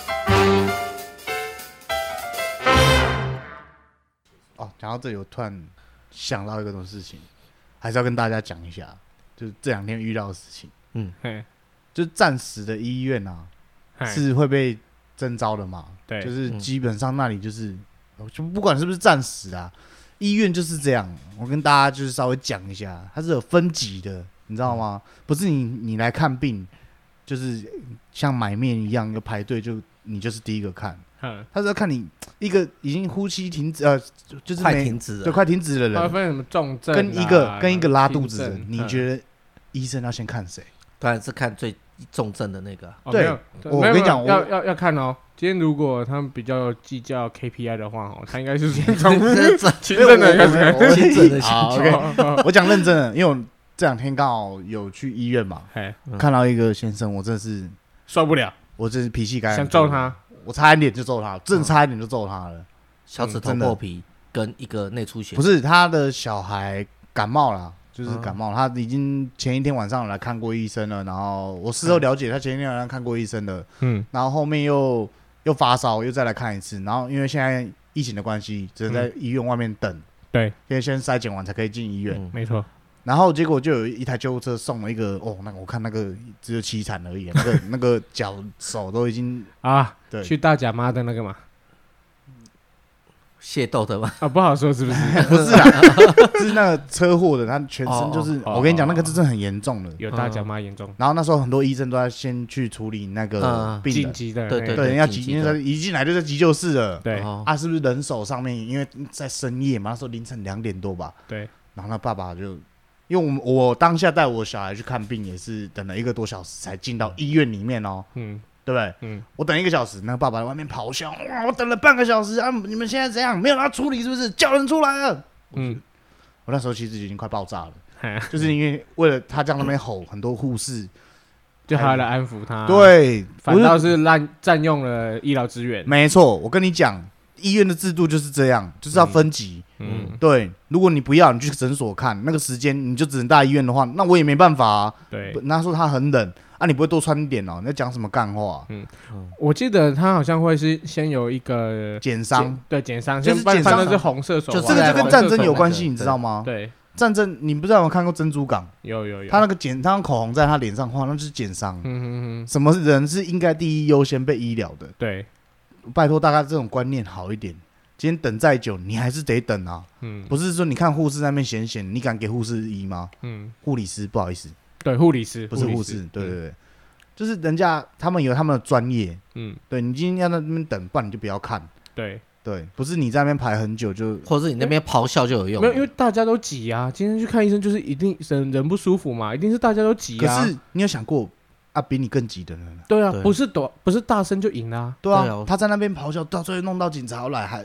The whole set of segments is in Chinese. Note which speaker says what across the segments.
Speaker 1: 然后哦这里我突然想到一个东西事情，还是要跟大家讲一下，就是这两天遇到的事情，
Speaker 2: 嗯，
Speaker 3: 嘿，
Speaker 1: 就是暂时的医院啊，
Speaker 3: 嘿
Speaker 1: 是会被征召的嘛？
Speaker 3: 对
Speaker 1: 就是
Speaker 2: 嗯
Speaker 1: 基本上那里就是，哦就不管是不是暂时啊，医院就是这样。我跟大家就是稍微讲一下，它是有分级的，你知道吗？不是你你来看病，就是像买面一样要排队，就你就是第一个看，
Speaker 3: 嗯，
Speaker 1: 他是要看你一个已经呼吸停止，呃，就就是
Speaker 2: 快
Speaker 1: 没
Speaker 2: 停止
Speaker 1: 对
Speaker 2: 了，
Speaker 1: 快停止的
Speaker 3: 他会
Speaker 1: 人，
Speaker 3: 分什么重症啊，
Speaker 1: 跟一个跟一个拉肚
Speaker 3: 轻
Speaker 1: 子的人
Speaker 3: 症，嗯
Speaker 1: 你觉得医生要先看谁？
Speaker 2: 当然是看最重症的 那个啊。
Speaker 3: 哦
Speaker 1: 对
Speaker 3: 没有对
Speaker 1: 我
Speaker 3: 没有
Speaker 1: 跟你讲
Speaker 3: 没有
Speaker 1: 我
Speaker 3: 要要要看哦。今天如果他们比较计较 KPI 的话，哦，他应该是 从
Speaker 2: 这这
Speaker 3: 轻症的开始
Speaker 1: 没有我我
Speaker 2: 轻症的先
Speaker 1: 好
Speaker 2: 讲
Speaker 1: OK
Speaker 3: 哦哦哦
Speaker 1: 我讲认真的，因为我这两天刚好有去医院嘛，
Speaker 3: 嘿，
Speaker 2: 嗯
Speaker 1: 看到一个先生，我真的是，
Speaker 3: 受不了，
Speaker 1: 我真是脾气该
Speaker 3: 想揍，他，
Speaker 1: 我差一点就揍他，
Speaker 3: 嗯
Speaker 1: 真的差一点就揍他了。
Speaker 2: 小指
Speaker 1: 嗯
Speaker 2: 头
Speaker 1: 真的
Speaker 2: 破皮跟一个内出血
Speaker 1: 不，是他的小孩感冒了，就是
Speaker 3: 嗯
Speaker 1: 感冒，他已经前一天晚上有来看过医生了，然后我事后了解，他前一天晚上看过医生的，
Speaker 3: 嗯，
Speaker 1: 然后后面又又发烧，又再来看一次，然后因为现在疫情的关系，只能
Speaker 3: 嗯
Speaker 1: 在医院外面等，
Speaker 3: 对，
Speaker 1: 因为先筛检完才可以进医院。
Speaker 2: 嗯
Speaker 3: 没错，
Speaker 1: 然后结果就有一台救护车送了一个哦，那个我看那个只有凄惨而已，那个那个脚手都已经
Speaker 3: 啊，
Speaker 1: 对
Speaker 3: 去大甲妈的那个嘛，
Speaker 2: 械斗的嘛，
Speaker 3: 啊，不好说是不是？
Speaker 1: 不是啊， 是那个车祸的，他全身就是
Speaker 3: 哦哦
Speaker 1: 我跟你讲，
Speaker 3: 哦
Speaker 1: 那个真的很严重的。
Speaker 3: 有大甲妈严重，
Speaker 1: 然后那时候很多医生都在先去处理那个
Speaker 2: 嗯
Speaker 1: 病
Speaker 3: 晋
Speaker 1: 人，
Speaker 3: 级的，
Speaker 2: 对
Speaker 3: 嘿
Speaker 2: 对
Speaker 1: 对，人家急，
Speaker 2: 紧急
Speaker 1: 因为他
Speaker 2: 的
Speaker 1: 一进来就在急救室了。
Speaker 3: 对
Speaker 2: 哦
Speaker 1: 啊，是不是人手上面？因为在深夜嘛，那时候凌晨两点多吧。
Speaker 3: 对。
Speaker 1: 然后那爸爸就，因为我们我当下带我小孩去看病，也是等了一个多小时才进到医院里面哦，
Speaker 3: 嗯
Speaker 1: 对不对？
Speaker 3: 嗯，
Speaker 1: 我等一个小时，那个爸爸在外面咆哮，哇，我等了半个小时啊！你们现在怎样？没有让他处理是不是？叫人出来啊！
Speaker 3: 嗯，
Speaker 1: 我那时候其实已经快爆炸了，
Speaker 3: 嘿
Speaker 1: 就是因为为了他在那边吼，很多护士
Speaker 3: 就还要来安抚他，，
Speaker 1: 对，
Speaker 3: 反
Speaker 1: 我
Speaker 3: 倒
Speaker 1: 就是
Speaker 3: 滥占用了医疗资源，
Speaker 1: 没错。我跟你讲，医院的制度就是这样，就是要分级。
Speaker 3: 嗯，
Speaker 1: 对，如果你不要，你去诊所看，那个时间你就只能到医院的话，那我也没办法啊。
Speaker 3: 对
Speaker 1: 不，那说他很冷啊，你不会多穿一点哦？你在讲什么干话？
Speaker 3: 我记得他好像会是先有一个
Speaker 1: 减伤，
Speaker 3: 对减伤，
Speaker 1: 就是
Speaker 3: 先不然
Speaker 1: 减伤
Speaker 3: 反正是红色手
Speaker 1: 就
Speaker 3: 环，
Speaker 1: 这个就
Speaker 2: 对
Speaker 1: 跟
Speaker 3: 红色
Speaker 1: 战
Speaker 3: 手
Speaker 1: 争
Speaker 3: 环
Speaker 1: 有关系，
Speaker 2: 对
Speaker 1: 你知道吗？
Speaker 3: 对，
Speaker 1: 战争，你不知道有没有看过《珍珠港》？
Speaker 3: 有有有，
Speaker 1: 他那个减，他那口红在他脸上画，那就是减伤。
Speaker 3: 嗯嗯嗯，嗯
Speaker 1: 什么人是应该第一优先被医疗的？
Speaker 3: 对，
Speaker 1: 拜托大家这种观念好一点。今天等再久，你还是得等啊，
Speaker 3: 嗯
Speaker 1: 不是说你看护士那边闲闲，你敢给护士医吗？
Speaker 3: 嗯，
Speaker 1: 护理师，不好意思，
Speaker 3: 对，护理师
Speaker 1: 不是护嗯士
Speaker 3: 理，
Speaker 1: 对对对，就是人家他们有他们的专业，
Speaker 3: 嗯，
Speaker 1: 对你今天要在那边等，不然你就不要看，
Speaker 3: 对，
Speaker 1: 对，不是你在那边排很久就
Speaker 2: 或者是你那边咆哮就有用
Speaker 3: 没有，因
Speaker 2: 了。
Speaker 3: 为大家都挤啊，今天去看医生就是一定人人不舒服嘛，一定是大家都挤
Speaker 1: 可
Speaker 3: 啊，
Speaker 1: 是你有想过啊，比你更急的人呢？
Speaker 3: 对啊
Speaker 2: 对，
Speaker 3: 不是躲，不是大声就赢啦，
Speaker 1: 对啊，
Speaker 2: 对啊
Speaker 1: 他在那边咆哮，到最后弄到警察来，还，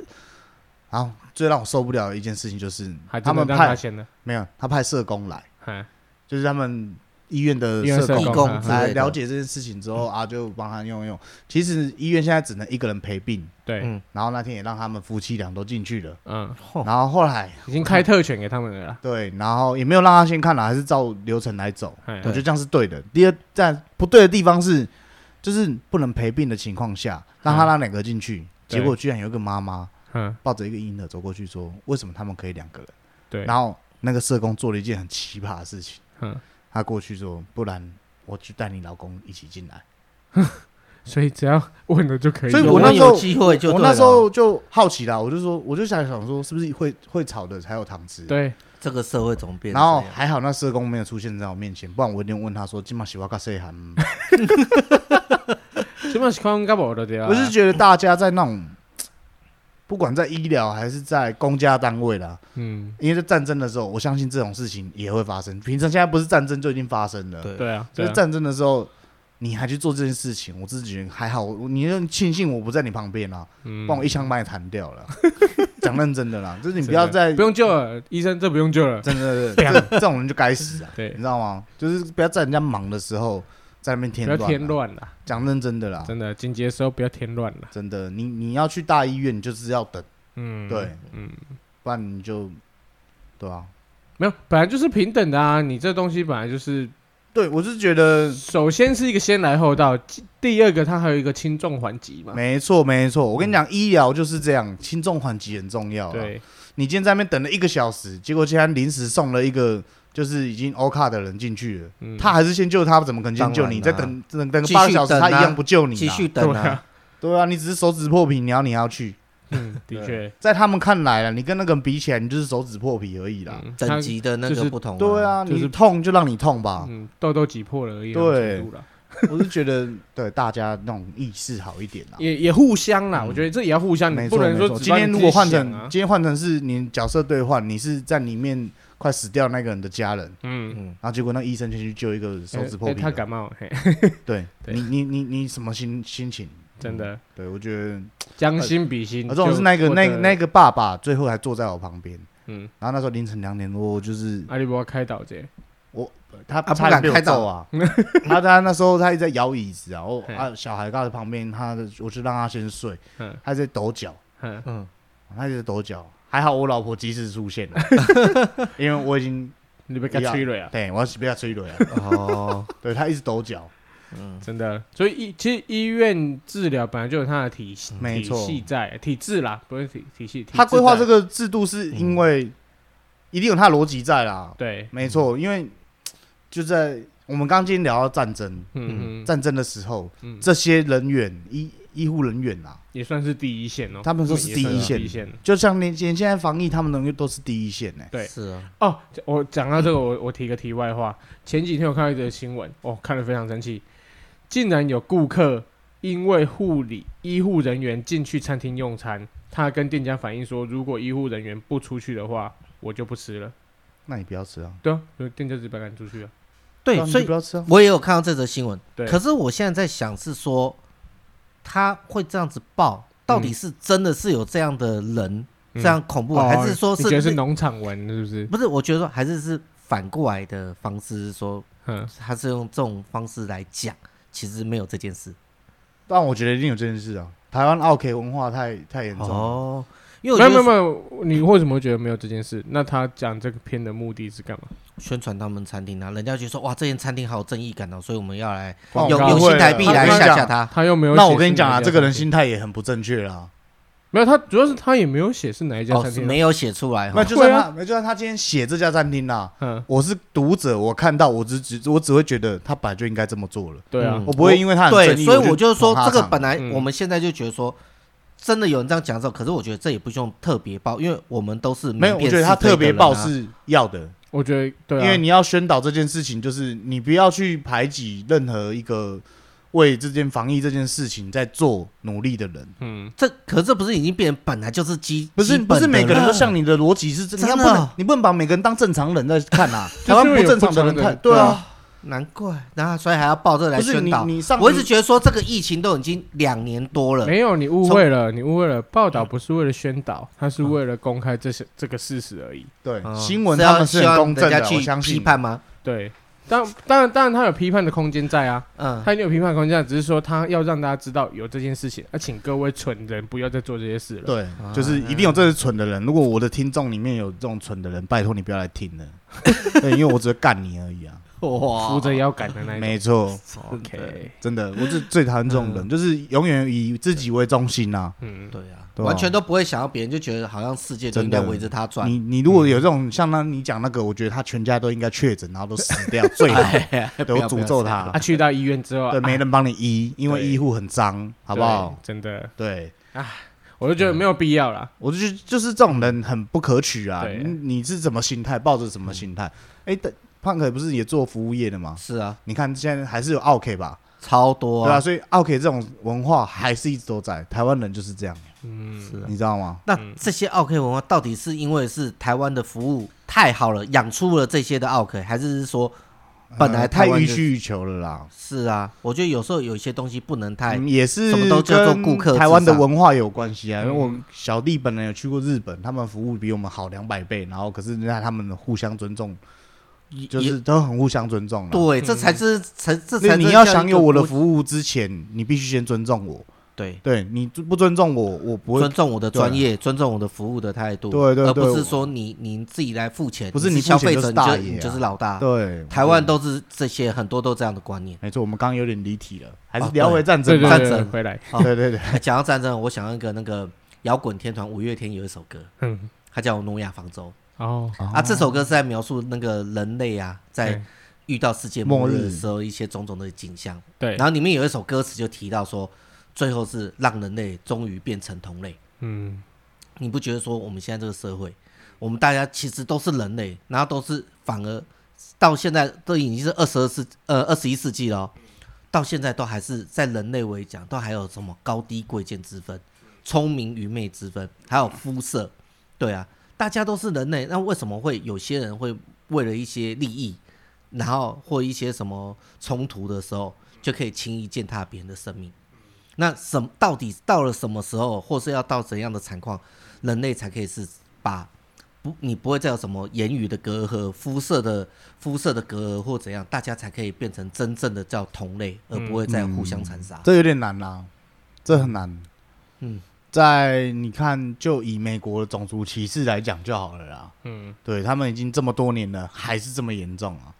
Speaker 1: 然后最让我受不了的一件事情就是
Speaker 3: 还，
Speaker 1: 他
Speaker 3: 真的
Speaker 1: 们
Speaker 3: 让他
Speaker 1: 派
Speaker 3: 先了，
Speaker 1: 没有，他派社工来，
Speaker 3: 哎，
Speaker 1: 就是他们医院的
Speaker 3: 医院
Speaker 1: 社
Speaker 3: 社
Speaker 1: 工
Speaker 2: 义
Speaker 3: 工啊
Speaker 2: 工之
Speaker 1: 来
Speaker 2: 类的
Speaker 1: 嗯了，解这件事情之后啊，就帮他用一用。其实医院现在只能一个人陪病，
Speaker 3: 对，
Speaker 2: 嗯，
Speaker 1: 然后那天也让他们夫妻俩都进去了，
Speaker 3: 嗯，
Speaker 2: 哦
Speaker 1: 然后后来
Speaker 3: 已经开特权给他们了啦，
Speaker 1: 对，然后也没有让他先看了，还是照流程来走。
Speaker 3: 哎
Speaker 1: 我觉得这样是对的。第二，但不对的地方是，就是不能陪病的情况下，让他
Speaker 3: 嗯
Speaker 1: 让两个进去，结
Speaker 3: 对
Speaker 1: 果居然有一个妈妈
Speaker 3: 嗯，
Speaker 1: 抱着一个婴儿走过去说：“为什么他们可以两个人？”
Speaker 3: 对，
Speaker 1: 然后那个社工做了一件很奇葩的事情，
Speaker 3: 嗯，
Speaker 1: 他过去说：“不然我去带你老公一起进来。”
Speaker 3: 所以只要问了就可以
Speaker 1: 所
Speaker 3: 了，
Speaker 1: 以
Speaker 2: 有
Speaker 1: 我那
Speaker 2: 人
Speaker 1: 时候
Speaker 2: 有机会就
Speaker 1: 我
Speaker 2: 对
Speaker 1: 那时
Speaker 2: 了。
Speaker 1: 候就好奇啦，我就说，我就想想说，是不是会会炒的才有糖吃？。
Speaker 3: 对，
Speaker 2: 这个社会怎么变成
Speaker 1: 然
Speaker 2: 这样？
Speaker 1: 后还好那社工没有出现在我面前，不然我一定问他说：“今晚喜欢看谁喊？”
Speaker 3: 起码是看干我的对啊，
Speaker 1: 我是觉得大家在那种，不管在医疗还是在公家单位啦，
Speaker 3: 嗯，
Speaker 1: 因为在战争的时候，我相信这种事情也会发生。平常现在不是战争就已经发生了，
Speaker 2: 对
Speaker 3: 对啊，
Speaker 1: 就
Speaker 3: 对
Speaker 1: 是
Speaker 3: 啊，
Speaker 1: 战争的时候，你还去做这件事情，我自己觉得还好。我你就庆幸我不在你旁边啦，
Speaker 3: 嗯
Speaker 1: 不然我一枪把你弹掉 了。讲认真的啦，就是你不要
Speaker 3: 真的
Speaker 1: 再
Speaker 3: 不用救了，医生这不用救了，
Speaker 1: 真的，真的这这种人就该死啊！
Speaker 3: 对
Speaker 1: 你知道吗？就是不要在人家忙的时候在那边添
Speaker 3: 不要
Speaker 1: 乱啊。啊
Speaker 3: 添乱啦，
Speaker 1: 讲认真的啦，
Speaker 3: 真的，紧急的时候不要添乱啦，
Speaker 1: 真的，你你要去大医院，你就是要等，
Speaker 3: 嗯，
Speaker 1: 对，
Speaker 3: 嗯。
Speaker 1: 不然你就，对啊，
Speaker 3: 没有，本来就是平等的啊！你这东西本来就是，
Speaker 1: 对我是觉得
Speaker 3: 首先是一个先来后到，其第二个它还有一个轻重缓急嘛。
Speaker 1: 没错没错。我跟你讲，医疗就是这样，轻重缓急很重要。，啊
Speaker 3: 对，
Speaker 1: 你今天在那边等了一个小时，结果竟然临时送了一个就是已经 O 卡的人进去了，
Speaker 3: 嗯
Speaker 1: 他还是先救他，怎么可能先救你？再
Speaker 2: 当然啦
Speaker 1: 等等等个
Speaker 2: 继续
Speaker 1: 八个小时，
Speaker 2: 等
Speaker 1: 他
Speaker 2: 啊
Speaker 1: 一样不救你、
Speaker 2: 继
Speaker 1: 啊。
Speaker 2: 续等
Speaker 3: 对啊
Speaker 2: 啊，
Speaker 1: 对啊，你只是手指破皮，你要你要去，
Speaker 3: 嗯，的确，
Speaker 1: 在他们看来了，啊你跟那个人比起来，你就是手指破皮而已啦。
Speaker 3: 嗯
Speaker 2: 等级的那
Speaker 3: 就
Speaker 2: 个
Speaker 3: 是
Speaker 2: 不同。
Speaker 1: 对，啊，
Speaker 3: 就是
Speaker 1: 你痛就让你痛吧
Speaker 3: 他，嗯，痘痘挤破了而已，
Speaker 1: 啊对
Speaker 3: 那种程度啦
Speaker 1: 我是觉得对大家那种意识好一点啦。啊
Speaker 3: 也也互相啦，
Speaker 1: 嗯
Speaker 3: 我觉得这也要互相，你
Speaker 1: 没
Speaker 3: 不
Speaker 1: 错
Speaker 3: 能
Speaker 1: 没
Speaker 3: 说
Speaker 1: 错，
Speaker 3: 只
Speaker 1: 今
Speaker 3: 帮
Speaker 1: 天
Speaker 3: 你
Speaker 1: 如果换
Speaker 3: 自己想
Speaker 1: 成
Speaker 3: 啊
Speaker 1: 今天换成是你角色兑换，你是在里面快死掉那个人的家人，
Speaker 3: 嗯，
Speaker 2: 嗯，
Speaker 1: 然后结果那医生先去救一个手指破
Speaker 3: 哎
Speaker 1: 皮
Speaker 3: 他
Speaker 1: 的，
Speaker 3: 感冒，嘿，
Speaker 1: 对
Speaker 3: 对
Speaker 1: 你你你你什么心心情？
Speaker 3: 真的
Speaker 1: 对我觉得，
Speaker 3: 将心比心，
Speaker 1: 而嗯啊这种是那个
Speaker 3: 就
Speaker 1: 那
Speaker 3: 我的
Speaker 1: 那个爸爸最后还坐在我旁边，
Speaker 3: 嗯，
Speaker 1: 然后那时候凌晨两点多，我就是
Speaker 3: 阿里伯开导这，
Speaker 1: 他
Speaker 2: 啊不
Speaker 1: 差点
Speaker 2: 敢
Speaker 1: 被我
Speaker 2: 开导
Speaker 1: 揍啊！ 他他那时候他一直在摇椅子啊，我
Speaker 3: 嘿
Speaker 1: 啊小孩在旁边，他的我就让他先睡
Speaker 3: 嗯，
Speaker 1: 他在抖脚，
Speaker 3: 嗯，
Speaker 2: 嗯，
Speaker 1: 他一直抖脚，还好我老婆及时出 现了，啊因为我已经
Speaker 3: 你被他
Speaker 1: 不要
Speaker 3: 催了啊，
Speaker 1: 对我要被他催 泪了，
Speaker 2: 哦，
Speaker 1: 对他一直抖脚，
Speaker 2: 嗯，
Speaker 3: 真的，所以医其实医院治疗本来就有它的体系
Speaker 1: 没
Speaker 3: 体
Speaker 1: 错
Speaker 3: 系在体制啦，不是体体系，体制
Speaker 1: 他规划
Speaker 3: 在
Speaker 1: 这个制度是因为一定有他的逻辑在啦，
Speaker 3: 对，
Speaker 1: 没错，因为就在我们刚刚今天聊到战争，
Speaker 3: 嗯嗯，
Speaker 1: 战争的时候
Speaker 3: 嗯，
Speaker 1: 这些人员医医护人员啊，
Speaker 3: 也算是第一线哦，
Speaker 1: 他们说是
Speaker 3: 也算
Speaker 1: 第一线
Speaker 3: 第一线。
Speaker 1: 就像连连现在防疫，他们能都是第一线呢、
Speaker 3: 对
Speaker 2: 是啊，
Speaker 3: 哦，我讲到这个，我我提个题外话，前几天我看到一则新闻，哦，看了非常生气，竟然有顾客因为护理医护人员进去餐厅用餐，他跟店家反映说，如果医护人员不出去的话，我就不吃了。
Speaker 1: 那你不要吃啊，
Speaker 3: 对啊，所以店家只把他赶出去了。
Speaker 2: 对
Speaker 1: 啊，你就
Speaker 2: 所以
Speaker 1: 不要吃啊，
Speaker 2: 我也有看到这则新闻，
Speaker 3: 对，
Speaker 2: 可是我现在在想是说，他会这样子报，到底是真的是有这样的人，
Speaker 3: 嗯
Speaker 2: 这样恐怖，
Speaker 3: 哦
Speaker 2: 还是说
Speaker 3: 你觉
Speaker 2: 是
Speaker 3: 得是农场文是不是？
Speaker 2: 不是？我觉得说还是是反过来的方式，是说
Speaker 3: 嗯，
Speaker 2: 他是用这种方式来讲，其实没有这件事
Speaker 1: 但我觉得一定有这件事啊，台湾 OK 文化太太严重了，
Speaker 2: 哦，因为我
Speaker 3: 没有
Speaker 2: 觉
Speaker 3: 没
Speaker 2: 得
Speaker 3: 有没有，你为什么会觉得没有这件事？那他讲这个片的目的是干嘛？
Speaker 2: 宣传他们餐厅啊，人家就说哇，这间餐厅好有正义感哦，所以我们要来
Speaker 3: 广
Speaker 2: 用
Speaker 3: 告啊
Speaker 2: 用
Speaker 1: 会
Speaker 2: 新台币
Speaker 1: 他
Speaker 2: 来
Speaker 1: 跟你
Speaker 2: 吓
Speaker 1: 讲
Speaker 2: 吓他。
Speaker 3: 他又没有写是
Speaker 1: 啊
Speaker 3: 哪一家餐厅。
Speaker 1: 那我跟你讲啊，这个人心态也很不正确啦。
Speaker 3: 没有，他主要是他也没有写是哪一家
Speaker 2: 哦，
Speaker 3: 餐
Speaker 2: 是
Speaker 3: 厅啊。
Speaker 2: 没有写出来哈哦
Speaker 1: 那。就算他，那就算他今天写这家餐厅啦，
Speaker 3: 嗯，
Speaker 1: 我是读者，我看到我只只我只会觉得他本来就应该这么做了，
Speaker 3: 对啊
Speaker 2: 嗯，
Speaker 1: 我不会因为他很
Speaker 2: 对，
Speaker 1: 正义
Speaker 2: 所以
Speaker 1: 我
Speaker 2: 我就说
Speaker 1: 捧他
Speaker 2: 这个
Speaker 1: 场
Speaker 2: 本来
Speaker 3: 嗯
Speaker 2: 我们现在就觉得说，真的有人这样讲之后，可是我觉得这也不用特别报，因为我们都是
Speaker 1: 没有，
Speaker 2: 明
Speaker 1: 我
Speaker 2: 辨
Speaker 1: 觉得他
Speaker 2: 是非的
Speaker 1: 特别
Speaker 2: 人啊
Speaker 1: 报是要的，
Speaker 3: 我觉得对
Speaker 1: 因
Speaker 3: 啊，
Speaker 1: 为你要宣导这件事情，就是你不要去排挤任何一个为这件防疫这件事情在做努力的人。
Speaker 3: 嗯，
Speaker 2: 这，可是这不是已经变成本来就是基
Speaker 1: 不是
Speaker 2: 基
Speaker 1: 不
Speaker 2: 本
Speaker 1: 是
Speaker 2: 的
Speaker 1: 每个人
Speaker 2: 了
Speaker 1: 都像你的逻辑是真，你要
Speaker 2: 真
Speaker 1: 不
Speaker 2: 的
Speaker 1: 能
Speaker 2: 哦
Speaker 1: 你不能把每个人当正常人在看 啊，台湾
Speaker 3: 就是有
Speaker 1: 正常的人
Speaker 3: 不常
Speaker 1: 看，
Speaker 3: 人
Speaker 1: 对啊，
Speaker 2: 难怪，然后所以还要报这个啊来
Speaker 1: 不是
Speaker 2: 宣
Speaker 1: 你
Speaker 2: 导。
Speaker 1: 你上
Speaker 2: 我一直觉得说这个疫情都已经两年多了，
Speaker 3: 没有，你误会了，你误会了。报
Speaker 1: 嗯
Speaker 3: 道不是为了宣导，它是为了公开这些这个事实而已。
Speaker 1: 对
Speaker 2: 嗯
Speaker 1: 新闻
Speaker 2: 是要
Speaker 1: 他们是
Speaker 2: 希
Speaker 1: 很
Speaker 2: 望
Speaker 1: 公正
Speaker 2: 人
Speaker 1: 的，
Speaker 2: 家
Speaker 1: 我
Speaker 2: 去
Speaker 1: 相
Speaker 2: 批
Speaker 1: 信。
Speaker 2: 判吗？
Speaker 3: 对，当当然当然，它有批判的空间在啊，
Speaker 2: 嗯，
Speaker 3: 它一定有批判的空间在，只是说它要让大家知道有这件事情。那请各位蠢人不要再做这些事了。
Speaker 1: 对，就是一定有这些蠢的人。如果我的听众里面有这种蠢的人，拜托你不要来听了， 对，因为我只会干你而已啊。
Speaker 2: 哇
Speaker 3: 扶着腰杆的那一种。
Speaker 1: 没错，
Speaker 3: OK，
Speaker 1: 真的，我是最讨厌这种人，就是永远以自己为中心啊。
Speaker 3: 嗯，
Speaker 2: 对啊，
Speaker 1: 对啊
Speaker 2: 完全都不会想要别人，就觉得好像世界都应该
Speaker 1: 真的
Speaker 2: 围着他转。
Speaker 1: 你你如果有这种像那你讲那个，我觉得他全家都应该确诊，然后都死掉最好，
Speaker 2: 哎
Speaker 1: 对
Speaker 2: 不
Speaker 1: 我
Speaker 2: 要不
Speaker 1: 诅
Speaker 2: 要
Speaker 1: 咒
Speaker 2: 这样
Speaker 1: 他
Speaker 3: 他。啊去到医院之后，
Speaker 1: 对，
Speaker 3: 啊
Speaker 1: 没人帮你医，因为
Speaker 3: 对
Speaker 1: 医护很脏，好不好？？
Speaker 3: 对真的，
Speaker 1: 对，
Speaker 3: 我就觉得没有必要啦。
Speaker 1: 我就觉得就是这种人很不可取啊！
Speaker 3: 对
Speaker 1: 你你是怎么心态，抱着什么心态？哎，但胖可不是也做服务业的吗？
Speaker 2: 是啊，
Speaker 1: 你看现在还是有 OK 吧？
Speaker 2: 超多
Speaker 1: 对啊，，所以 OK 这种文化还是一直都在，台湾人就是这样，
Speaker 3: 嗯，
Speaker 2: 是啊。
Speaker 1: 你知道吗？
Speaker 2: 那这些奥 K 文化到底是因为是台湾的服务太好了，养出了这些的奥 K，还是是说本来
Speaker 1: 呃太
Speaker 2: 台湾
Speaker 1: 予
Speaker 2: 就
Speaker 1: 取予求了啦，
Speaker 2: 是啊？我觉得有时候有一些东西不能太、
Speaker 1: 嗯也是
Speaker 2: 哎什么都叫做顾客
Speaker 1: 跟
Speaker 2: 至
Speaker 1: 台湾的
Speaker 2: 上
Speaker 1: 文化有关系啊。因为我
Speaker 3: 嗯
Speaker 1: 小弟本人有去过日本，他们服务比我们好两百倍，然后可是人家他们互相尊重，
Speaker 2: 也
Speaker 1: 就是都很互相尊重啦。啊
Speaker 2: 对，这才是才这
Speaker 1: 那
Speaker 2: 才
Speaker 1: 你
Speaker 2: 是
Speaker 1: 要
Speaker 2: 叫
Speaker 1: 享
Speaker 2: 一
Speaker 1: 有
Speaker 2: 个
Speaker 1: 我的
Speaker 2: 国
Speaker 1: 服务之前，你必须先尊重我。
Speaker 2: 对。
Speaker 1: 对你不尊重我，我不会
Speaker 2: 尊。重我的专业，尊重我的服务的态度，
Speaker 1: 对对对
Speaker 2: 而不是说你你自己来付钱，
Speaker 1: 不是
Speaker 2: 你
Speaker 1: 你
Speaker 2: 消
Speaker 1: 付钱就是
Speaker 2: 费者，你
Speaker 1: 大
Speaker 2: 就
Speaker 1: 爷啊
Speaker 2: 你就是老大。
Speaker 1: 对，
Speaker 2: 台湾都是这些，很多都这样的观念。
Speaker 1: 没错，我们刚刚有点离题了，还是
Speaker 2: 哦
Speaker 1: 聊回
Speaker 2: 对
Speaker 1: 战争
Speaker 3: 对对
Speaker 1: 吧。
Speaker 3: 对对，
Speaker 2: 战争
Speaker 3: 回来，
Speaker 2: 好
Speaker 1: 对对对，
Speaker 2: 讲到战争，我想到一个那个摇滚天团五月天有一首歌，
Speaker 3: 嗯，
Speaker 2: 它叫《诺亚方舟》
Speaker 3: 哦，
Speaker 2: 啊。这首歌是在描述那个人类啊，在
Speaker 3: 对
Speaker 2: 遇到世界末日
Speaker 1: 末
Speaker 2: 的
Speaker 1: 日
Speaker 2: 时候一些种种的景象。
Speaker 3: 对，
Speaker 2: 然后里面有一首歌词就提到说，最后是让人类终于变成同类。
Speaker 3: 嗯，
Speaker 2: 你不觉得说我们现在这个社会，我们大家其实都是人类，然后都是反而到现在都已经是二十二世呃二十一世纪了哦、到现在都还是在人类为讲，都还有什么高低贵贱之分、聪明愚昧之分，还有肤色，对啊，大家都是人类，那为什么会有些人会为了一些利益，然后或一些什么冲突的时候，就可以轻易践踏别人的生命？那什么到底到了什么时候，或是要到怎样的惨况？人类才可以是把不，你不会再有什么言语的隔阂、肤色的肤色的隔阂或怎样，大家才可以变成真正的叫同类，而不会再互相残杀。
Speaker 1: 这有点难啦、这很难。
Speaker 2: 啊嗯，
Speaker 1: 在你看，就以美国的种族歧视来讲就好了啦。
Speaker 3: 嗯，
Speaker 1: 对他们已经这么多年了，还是这么严重啊。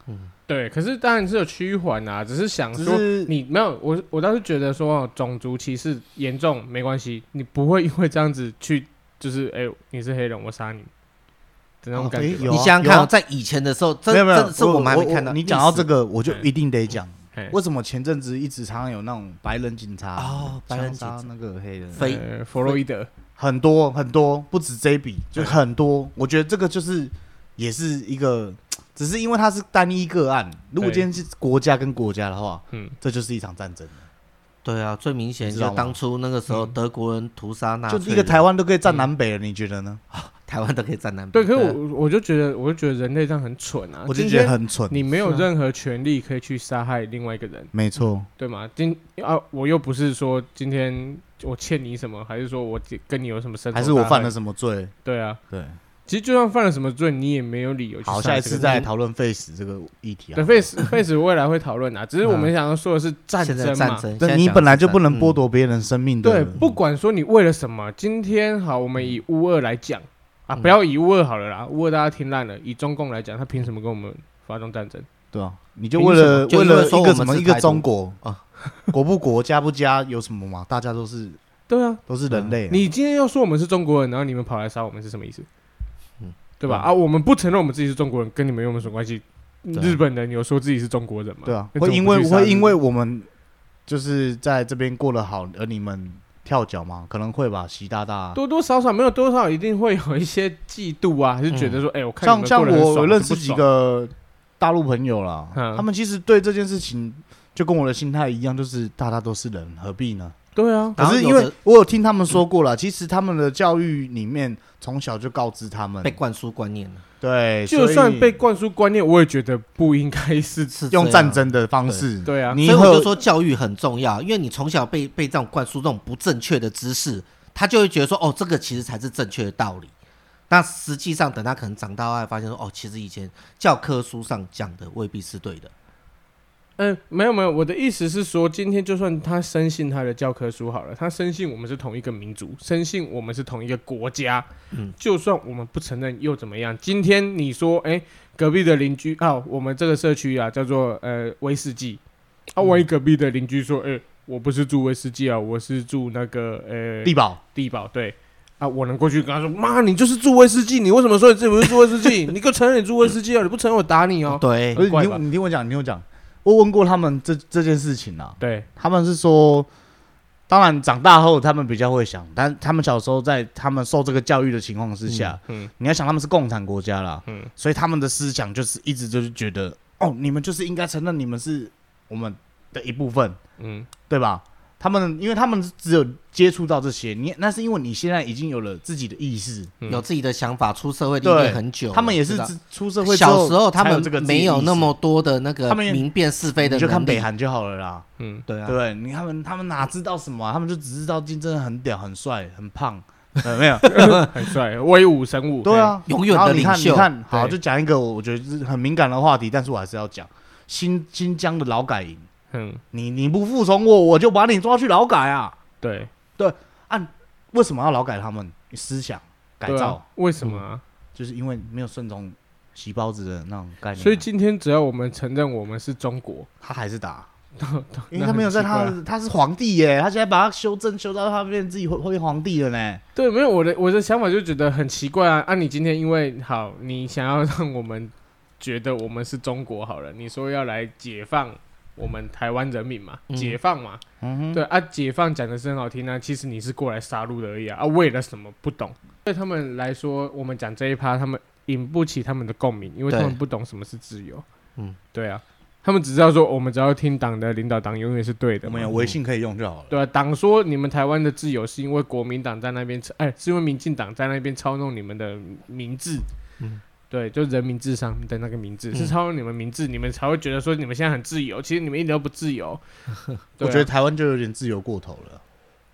Speaker 3: 对，可是当然是有趋缓啊，只是想
Speaker 1: 只
Speaker 3: 说
Speaker 1: 是
Speaker 3: 你没有我，我倒是觉得说哦种族歧视严重没关系，你不会因为这样子去就是哎、你是黑人我杀你的那种
Speaker 1: 哦
Speaker 3: 感
Speaker 1: 诶
Speaker 3: 觉吧。
Speaker 1: 有
Speaker 2: 你
Speaker 1: 啊
Speaker 2: 想想看、
Speaker 1: 有
Speaker 2: 哦，
Speaker 1: 啊
Speaker 2: 在以前的时候，真
Speaker 1: 没有没有，
Speaker 2: 真的是我们还没看到。
Speaker 1: 你讲到这个，
Speaker 2: 个
Speaker 1: 我就
Speaker 3: 嗯
Speaker 1: 一定得讲。
Speaker 3: 嘿
Speaker 1: 为什么前阵子一直常常有那种白人警察
Speaker 2: 哦白人
Speaker 1: 枪杀
Speaker 2: 警
Speaker 1: 那个黑人，
Speaker 2: 非
Speaker 3: 呃弗洛伊德，
Speaker 1: 很多很多，不止这一笔，就很多。我觉得这个就是也是一个，只是因为它是单一个案。如果
Speaker 3: 对
Speaker 1: 今天是国家跟国家的话，
Speaker 3: 嗯，
Speaker 1: 这就是一场战争，
Speaker 2: 对啊，最明显
Speaker 1: 你
Speaker 2: 就
Speaker 1: 知道吗
Speaker 2: 当初那个时候
Speaker 3: 嗯
Speaker 2: 德国人屠杀纳
Speaker 1: 就
Speaker 2: 粹人，
Speaker 1: 一个台湾都可以占南北了，你觉得呢？
Speaker 2: 台湾都可以占南北。
Speaker 3: 对，可是我我就觉得，我就觉得人类这样很蠢啊！
Speaker 1: 啊我就
Speaker 3: 今
Speaker 1: 觉得
Speaker 3: 天
Speaker 1: 很蠢。
Speaker 3: 你没有
Speaker 2: 是啊
Speaker 3: 任何权利可以去杀害另外一个人，
Speaker 1: 没错，
Speaker 3: 对吗？今啊，我又不是说今天我欠你什么，还是说我跟你有什么深仇
Speaker 1: 还是我
Speaker 3: 大
Speaker 1: 犯
Speaker 3: 恨
Speaker 1: 了？什么罪？
Speaker 3: 对啊，
Speaker 1: 对，
Speaker 3: 其实就算犯了什么罪，你也没有理由去
Speaker 1: 好，
Speaker 3: 杀
Speaker 1: 下一
Speaker 3: 这
Speaker 1: 次
Speaker 3: 个
Speaker 1: 再
Speaker 3: 人
Speaker 1: 讨论 face 这个议题啊嗯
Speaker 3: 对。，face face 未来会讨论啊，只是我们想要说的是战
Speaker 2: 现在
Speaker 3: 争
Speaker 2: 战
Speaker 3: 嘛。
Speaker 2: 争，现在
Speaker 1: 对你
Speaker 2: 讲
Speaker 1: 本来
Speaker 2: 是
Speaker 1: 就不
Speaker 2: 战
Speaker 1: 能剥
Speaker 2: 嗯
Speaker 1: 夺别人生命的，
Speaker 3: 对，不管说你为了什么，今天好，我们以乌二来讲啊，
Speaker 2: 嗯
Speaker 3: 不要以乌二好了啦，乌二大家听烂了。以中共来讲，他凭什么跟我们发动战争？
Speaker 1: 对啊，你就
Speaker 3: 凭
Speaker 1: 为
Speaker 3: 什
Speaker 1: 了
Speaker 2: 么就
Speaker 1: 为
Speaker 2: 因为
Speaker 1: 了
Speaker 2: 说
Speaker 1: 一
Speaker 2: 我
Speaker 1: 个
Speaker 2: 们
Speaker 1: 什么
Speaker 2: 是
Speaker 1: 一个
Speaker 2: 台独
Speaker 1: 中国
Speaker 2: 啊，
Speaker 1: 国不国家不家有什么嘛？大家都是
Speaker 3: 对啊，
Speaker 1: 都是人类啊，
Speaker 3: 你今天要说我们是中国人，然后你们跑来杀我们是什么意思？
Speaker 2: 嗯
Speaker 3: 对吧？
Speaker 1: 嗯
Speaker 3: 啊，我们不承认我们自己是中国人，跟你们有没有什么关系？
Speaker 2: 对啊
Speaker 3: 日本人有说自己是中国人吗？
Speaker 1: 对啊，
Speaker 3: 那
Speaker 1: 会
Speaker 3: 怎
Speaker 1: 因
Speaker 3: 么不
Speaker 1: 为
Speaker 3: 去杀
Speaker 1: 会因为
Speaker 3: 日
Speaker 1: 我们就是在这边过得好，而你们跳脚嘛，可能会吧，习大大啊。
Speaker 3: 多多少少没有多少，一定会有一些嫉妒啊，还是觉得说，哎、我看你
Speaker 1: 像
Speaker 3: 们
Speaker 1: 嗯像
Speaker 3: 过得很
Speaker 1: 我
Speaker 3: 爽
Speaker 1: 我认识
Speaker 3: 就不
Speaker 1: 几
Speaker 3: 爽
Speaker 1: 个大陆朋友啦，
Speaker 3: 嗯
Speaker 1: 他们其实对这件事情就跟我的心态一样，就是大家都是人，何必呢？
Speaker 3: 对啊，
Speaker 1: 可
Speaker 2: 然后
Speaker 1: 是因
Speaker 2: 有
Speaker 1: 为
Speaker 2: 的
Speaker 1: 我有听他们说过了，其实他们的教育里面从小就告知他们
Speaker 2: 被，灌输
Speaker 1: 啊
Speaker 2: 观念了，
Speaker 1: 对，
Speaker 3: 就算
Speaker 1: 所以
Speaker 3: 被灌输观念，我也觉得不应该是，
Speaker 2: 是这
Speaker 1: 用
Speaker 2: 样
Speaker 1: 战争的方式，
Speaker 3: 对啊，
Speaker 1: 你
Speaker 2: 所以我
Speaker 1: 和
Speaker 2: 就说教育很重要，因为你从小被被这种灌输这种不正确的知识，他就会觉得说，哦，这个其实才是正确的道理。那实际上，等他可能长大后，他发现说，哦，其实以前教科书上讲的未必是对的。
Speaker 3: 嗯，没有没有，我的意思是说，今天就算他深信他的教科书好了，他深信我们是同一个民族，深信我们是同一个国家，
Speaker 2: 嗯
Speaker 3: 就算我们不承认又怎么样？今天你说，哎、隔壁的邻居啊，我们这个社区啊叫做呃威士忌，啊，
Speaker 1: 嗯
Speaker 3: 万一隔壁的邻居说，哎、我不是住威士忌啊，我是住那个呃
Speaker 1: 地保。
Speaker 3: 地堡，对。啊！我能过去跟他说：“妈，你就是住威士忌，你为什么说你自己不是住威士忌？ 你给我承认你住威士忌啊！你不承认我打你哦！”
Speaker 2: 对
Speaker 1: 不，是你
Speaker 3: 怪吧
Speaker 1: 听你听我讲，你听我讲，我问过他们这这件事情啊，
Speaker 3: 对，
Speaker 1: 他们是说，当然长大后他们比较会想，但他们小时候在他们受这个教育的情况之下，
Speaker 3: 嗯，
Speaker 1: 你要想他们是共产国家啦，
Speaker 3: 嗯
Speaker 1: 所以他们的思想就是一直就是觉得，哦，你们就是应该承认你们是我们的一部分，
Speaker 3: 嗯，
Speaker 1: 对吧？他们因为他们只有接触到这些，你那是因为你现在已经有了自己的意识，
Speaker 3: 嗯
Speaker 2: 有自己的想法，出社会历
Speaker 1: 对
Speaker 2: 练很久了，
Speaker 1: 他们也是
Speaker 2: 知道
Speaker 1: 自出社会之
Speaker 2: 小时候他
Speaker 1: 才有
Speaker 2: 们
Speaker 1: 这个自己的
Speaker 2: 没有
Speaker 1: 意
Speaker 2: 那
Speaker 1: 识
Speaker 2: 么多的那个
Speaker 1: 他们也
Speaker 2: 明辨是非的
Speaker 1: 你就看
Speaker 2: 能
Speaker 1: 北
Speaker 2: 力。
Speaker 1: 韩就好了啦。
Speaker 3: 嗯，
Speaker 2: 对啊
Speaker 1: 对，不对？你他们他们哪知道什么啊、他们就只知道金正恩很屌、很帅、很 胖，呃，没有，
Speaker 3: 很帅，威武神武。
Speaker 1: 对啊，
Speaker 2: 永远
Speaker 1: 然后
Speaker 2: 的
Speaker 1: 你
Speaker 2: 领
Speaker 1: 看，你
Speaker 2: 袖。
Speaker 1: 看，好，
Speaker 3: 对
Speaker 1: 就讲一个我我觉得是很敏感的话题，但是我还是要讲新新疆的劳改营，
Speaker 3: 嘿，嗯，
Speaker 1: 你你不服从我，我就把你抓去劳改啊！
Speaker 3: 对，
Speaker 1: 为什么要劳改他们？思想改
Speaker 3: 对啊
Speaker 1: 造，
Speaker 3: 为什么啊？
Speaker 1: 就是因为没有顺从洗包子的那种概念啊、
Speaker 3: 所以今天只要我们承认我们是中国，
Speaker 1: 他还是打，因为他没有在
Speaker 3: 那
Speaker 1: 他
Speaker 3: 很奇怪啊
Speaker 1: 他是皇帝耶，他现在把他修正修到他变成自己会会皇帝了呢。
Speaker 3: 对，没有我的我的想法就觉得很奇怪啊！啊，你今天因为好，你想要让我们觉得我们是中国好了，你说要来解放我们台湾人民嘛，
Speaker 2: 嗯
Speaker 3: 解放嘛，
Speaker 1: 嗯哼，
Speaker 3: 对啊，解放讲的是很好听啊，其实你是过来杀戮的而已啊，啊，为了什么不懂？对他们来说，我们讲这一趴，他们引不起他们的共鸣，因为他
Speaker 2: 对
Speaker 3: 们不懂什么是自由。
Speaker 2: 嗯，
Speaker 3: 对啊，他们只知道说我们只要听党的领导，党永远是对的
Speaker 1: 我
Speaker 3: 嘛
Speaker 1: 们。有微信可以用就好了。
Speaker 3: 对啊，党说你们台湾的自由是因为国民党在那边操，哎，是因为民进党在那边操弄你们的民智，
Speaker 2: 嗯
Speaker 3: 对，就人民智商的那个民智、是
Speaker 2: 嗯
Speaker 3: 操弄你们民智，你们才会觉得说你们现在很自由，其实你们一点都不 自由。
Speaker 1: 我
Speaker 3: 对啊
Speaker 1: 觉得台湾就有点自由过头了。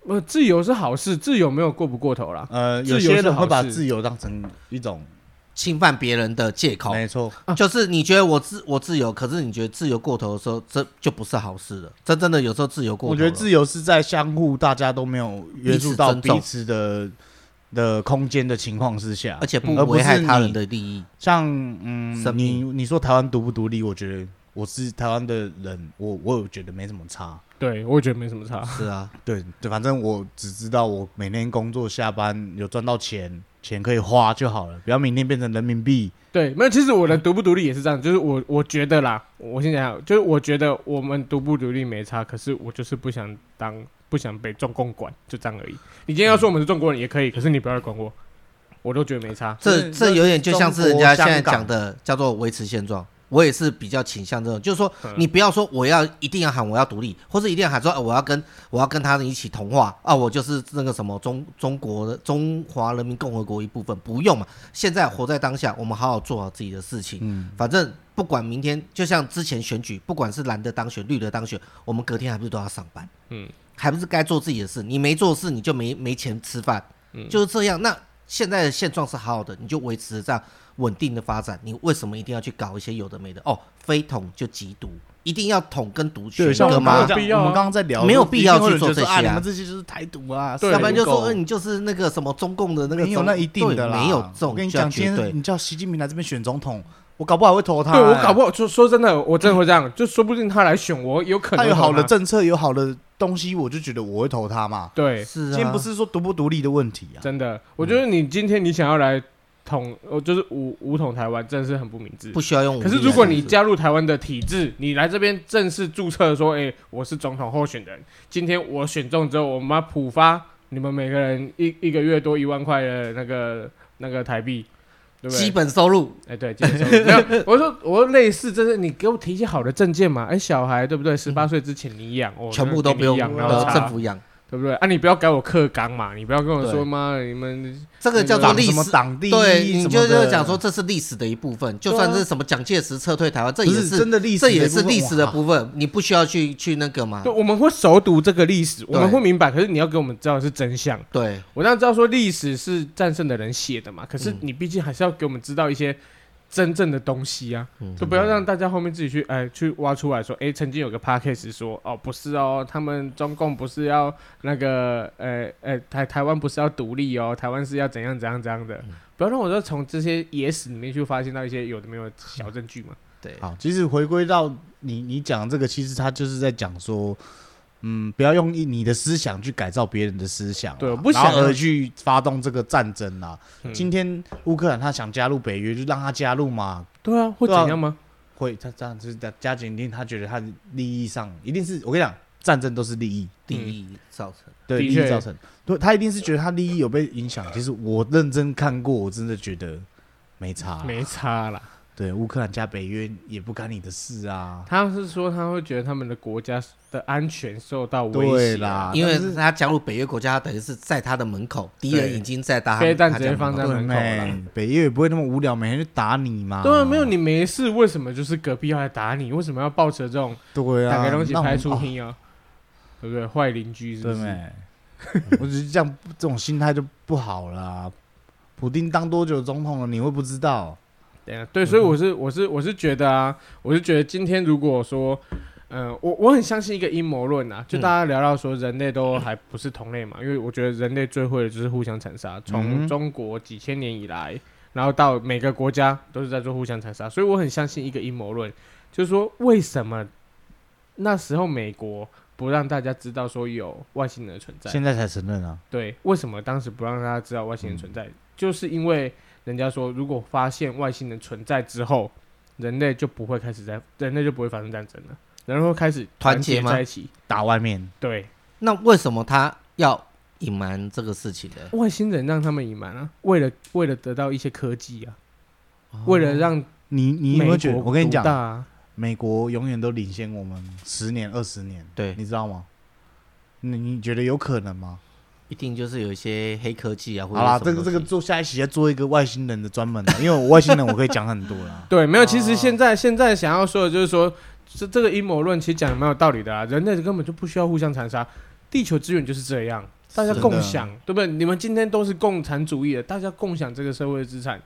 Speaker 3: 呃，自由是好事，自由没有过不过头啦。
Speaker 1: 呃，有
Speaker 3: 自由
Speaker 1: 些
Speaker 3: 是
Speaker 1: 人
Speaker 3: 好
Speaker 1: 会把
Speaker 3: 事
Speaker 1: 自由当成一种，
Speaker 2: 侵犯别人的借口，啊
Speaker 1: 没错，
Speaker 2: 就是你觉得我自我自由，可是你觉得自由过头的时候，这就不是好事了。真正的有时候自由过头
Speaker 1: 我
Speaker 2: 了，
Speaker 1: 觉得自由是在相互大家都没有约束到
Speaker 2: 彼此尊重
Speaker 1: 彼此的的空间的情况之下
Speaker 2: 嗯而，且不
Speaker 1: 而不是
Speaker 2: 危害他人
Speaker 1: 你
Speaker 2: 的利益。啊
Speaker 1: 像嗯，
Speaker 2: 生
Speaker 1: 你
Speaker 2: 命
Speaker 1: 你说台湾独不独立，我觉得我是台湾的人，我我有觉得没什么差。
Speaker 3: 对，我也觉得没什么差。
Speaker 2: 是啊，
Speaker 1: 对对，反正我只知道我每天工作下班有赚到钱，钱可以花就好了，不要明天变成人民币。
Speaker 3: 对，没有，其实我的独不独立也是这样，就是我我觉得啦，我先讲一下，就是我觉得我们独不独立没差，可是我就是不想当，不想被中共管，就这样而已。你今天要说我们是中国人也可以，可是你不要来管我，我都觉得没差。
Speaker 1: 就是
Speaker 2: 这这有点就像是人家现在讲的叫做维持现状。我也是比较倾向这种，就是说
Speaker 3: 嗯
Speaker 2: 你不要说我要一定要喊我要独立，或是一定要喊说、呃我要跟我要跟他们一起同化啊，我就是那个什么中中国的中华人民共和国一部分，不用嘛。现在活在当下，我们好好做好自己的事情。
Speaker 1: 嗯，
Speaker 2: 反正不管明天，就像之前选举，不管是蓝的当选、绿的当选，我们隔天还不是都要上班？
Speaker 3: 嗯，
Speaker 2: 还不是该做自己的事？你没做事，你就没没钱吃饭，
Speaker 3: 嗯
Speaker 2: 就是这样。那现在的现状是好好的，你就维持这样稳定的发展，你为什么一定要去搞一些有的没的？哦，非统就缉毒，一定要统跟毒
Speaker 1: 对，
Speaker 2: 选
Speaker 1: 像
Speaker 2: 一
Speaker 1: 我
Speaker 2: 个
Speaker 1: 们刚
Speaker 2: 吗
Speaker 1: 刚？
Speaker 3: 没有必
Speaker 1: 讲，
Speaker 3: 要啊
Speaker 1: 我们刚刚在聊，
Speaker 2: 没有必要去
Speaker 1: 一定会有人
Speaker 2: 做这
Speaker 1: 觉得说啊，
Speaker 2: 些啊
Speaker 1: 你们这些就是台独啊，
Speaker 3: 对
Speaker 2: 要不然就说，
Speaker 1: 狗
Speaker 2: 呃，你就是那个什么中共的那个
Speaker 1: 没有那一定的
Speaker 2: 对
Speaker 1: 啦，
Speaker 2: 没有这种
Speaker 1: 我跟你
Speaker 2: 就要
Speaker 1: 讲，今
Speaker 2: 绝对
Speaker 1: 天你叫习近平来这边选总统，我搞不好会投他、哎
Speaker 3: 对我搞
Speaker 1: 好
Speaker 3: 不好，说说真的，我真的会这样，就说不定他来选我，有可能
Speaker 1: 他有好的
Speaker 3: 吗
Speaker 1: 政策，有好的东西，我就觉得我会投他嘛。
Speaker 3: 对，
Speaker 2: 是啊，
Speaker 1: 今天不是说独不独立的问题啊，
Speaker 3: 真的，我觉得你今天你想要来统，呃，就是武武统台湾，真的是很不明智
Speaker 2: 不。需要用武力啊
Speaker 3: 可
Speaker 2: 来
Speaker 3: 是
Speaker 2: 统治。
Speaker 3: 如果你加入台湾的体制，你来这边正式注册说，哎、我是总统候选人，今天我选中之后，我妈普发你们每个人一一个月多一万块的那个那个台币，对不对？
Speaker 2: 基本收入，
Speaker 3: 哎、对，基本收入。没有我说我说类似，这是你给我提一些好的证件嘛？哎、小孩对不
Speaker 2: 嗯
Speaker 3: 对？十八岁之前你养，哦、
Speaker 2: 全部都不用
Speaker 3: 那给你养，然
Speaker 2: 呃
Speaker 3: 后
Speaker 2: 政
Speaker 3: 查，
Speaker 2: 府养，
Speaker 3: 对不对？啊，你不要改我课纲嘛，你不要跟我说
Speaker 2: 对
Speaker 3: 妈你们
Speaker 2: 这个叫做
Speaker 1: 党
Speaker 2: 历
Speaker 1: 什么
Speaker 2: 史。
Speaker 1: 党第一，
Speaker 2: 对，你
Speaker 1: 什
Speaker 2: 就
Speaker 1: 么
Speaker 2: 就
Speaker 1: 的
Speaker 2: 是讲说这是历史的一部分，就算是什么蒋介石撤退台湾，这也
Speaker 1: 不是真的历史
Speaker 2: 这
Speaker 1: 的一部
Speaker 2: 也
Speaker 1: 分，
Speaker 2: 是历史的
Speaker 1: 哇
Speaker 2: 部分，你不需要去去那个嘛
Speaker 3: 对，。我们会熟读这个历史，我们
Speaker 2: 对
Speaker 3: 会明白，可是你要给我们知道的是真相。
Speaker 2: 对，
Speaker 3: 我当然知道说历史是战胜的人写的嘛，可是你毕竟还是要给我们知道一些真正的东西啊，就不要让大家后面自己去哎、去挖出来说，哎、曾经有个 podcast 说哦不是哦，他们中共不是要那个呃呃台台湾不是要独立哦，台湾是要怎样怎样怎样的，不要让我说从这些野史里面去发现到一些有的没有的小证据嘛，
Speaker 2: 对，
Speaker 1: 好，其实回归到你你讲这个，其实他就是在讲说，嗯，不要用一你的思想去改造别人的思想啊、
Speaker 3: 对我不
Speaker 1: 然后
Speaker 3: 想
Speaker 1: 而去发动这个战争啊。
Speaker 3: 嗯
Speaker 1: 今天乌克兰他想加入北约，就让他加入嘛。
Speaker 3: 对啊，会怎
Speaker 1: 对啊
Speaker 3: 样吗？
Speaker 1: 会，他这样就是加加紧，一定他觉得他的利益上一定是我跟你讲，战争都是利益，
Speaker 2: 第一造成
Speaker 1: 对
Speaker 3: 的
Speaker 1: 利益
Speaker 3: 确
Speaker 1: 造成，对他一定是觉得他利益有被影响。其实我认真看过，我真的觉得没差啊、
Speaker 3: 没差啦。
Speaker 1: 对乌克兰加北约也不干你的事啊。
Speaker 3: 他是说他会觉得他们的国家的安全受到威
Speaker 1: 对
Speaker 3: 胁啊，
Speaker 1: 啦，
Speaker 2: 因为
Speaker 1: 但是
Speaker 2: 他加入北约国家，他等于是在他的门口，敌人
Speaker 3: 对
Speaker 2: 已经在他
Speaker 3: 飞弹
Speaker 2: 他家
Speaker 3: 直接
Speaker 2: 门
Speaker 3: 放
Speaker 2: 口
Speaker 3: 在
Speaker 1: 对
Speaker 3: 门口啦
Speaker 1: 妹北越也不会那么无聊，每天去打你嘛。
Speaker 3: 对啊，没有你没事，为什么就是隔壁要来打你？为什么要抱着这种
Speaker 1: 对啊，
Speaker 3: 打开东西
Speaker 1: 那我们
Speaker 3: 拍出
Speaker 1: 哦
Speaker 3: 听啊？对不对？坏邻居是不
Speaker 1: 对
Speaker 3: 是？
Speaker 1: 没？ 我觉得这样这种心态就不好啦。普丁当多久总统了？你会不知道？
Speaker 3: 对啊，对，所以我是我是我是觉得啊，我是觉得今天如果说，呃，我我很相信一个阴谋论啊，就大家聊到说人类都还不是同类嘛，因为我觉得人类最会的就是互相残杀，从
Speaker 1: 嗯
Speaker 3: 中国几千年以来，然后到每个国家都是在做互相残杀，所以我很相信一个阴谋论，就是说为什么那时候美国不让大家知道说有外星人的存在，
Speaker 1: 现在才承认啊，
Speaker 3: 对，为什么当时不让大家知道外星人存在？就是因为人家说，如果发现外星人存在之后，人类就不会开始在，人类就不会发生战争了，人类会开始
Speaker 2: 团结
Speaker 3: 结
Speaker 2: 吗
Speaker 3: 在一起。
Speaker 1: 打外面
Speaker 3: 对，
Speaker 2: 那为什么他要隐瞒这个事情呢？
Speaker 3: 外星人让他们隐瞒啊，为了为了得到一些科技啊，
Speaker 2: 哦
Speaker 3: 为了让
Speaker 1: 你你有
Speaker 3: 美
Speaker 1: 没
Speaker 3: 国
Speaker 1: 有觉得？我跟你讲
Speaker 3: 独，大啊。
Speaker 1: 美国永远都领先我们十年二十年，
Speaker 2: 对，
Speaker 1: 你知道吗？你你觉得有可能吗？
Speaker 2: 一定就是有一些黑科技啊，或者
Speaker 1: 好啦，
Speaker 2: 什么
Speaker 1: 这个这个
Speaker 2: 东西
Speaker 1: 做下一期要做一个外星人的专门的，啊因为我外星人我可以讲很多啦
Speaker 3: 对，没有。
Speaker 2: 哦
Speaker 3: 其实现在现在想要说的就是说，这这个阴谋论其实讲的蛮有道理的啊，人类根本就不需要互相残杀，地球资源就是这样，大家
Speaker 1: 是的
Speaker 3: 共享，对不对？你们今天都是共产主义的，大家共享这个社会的资产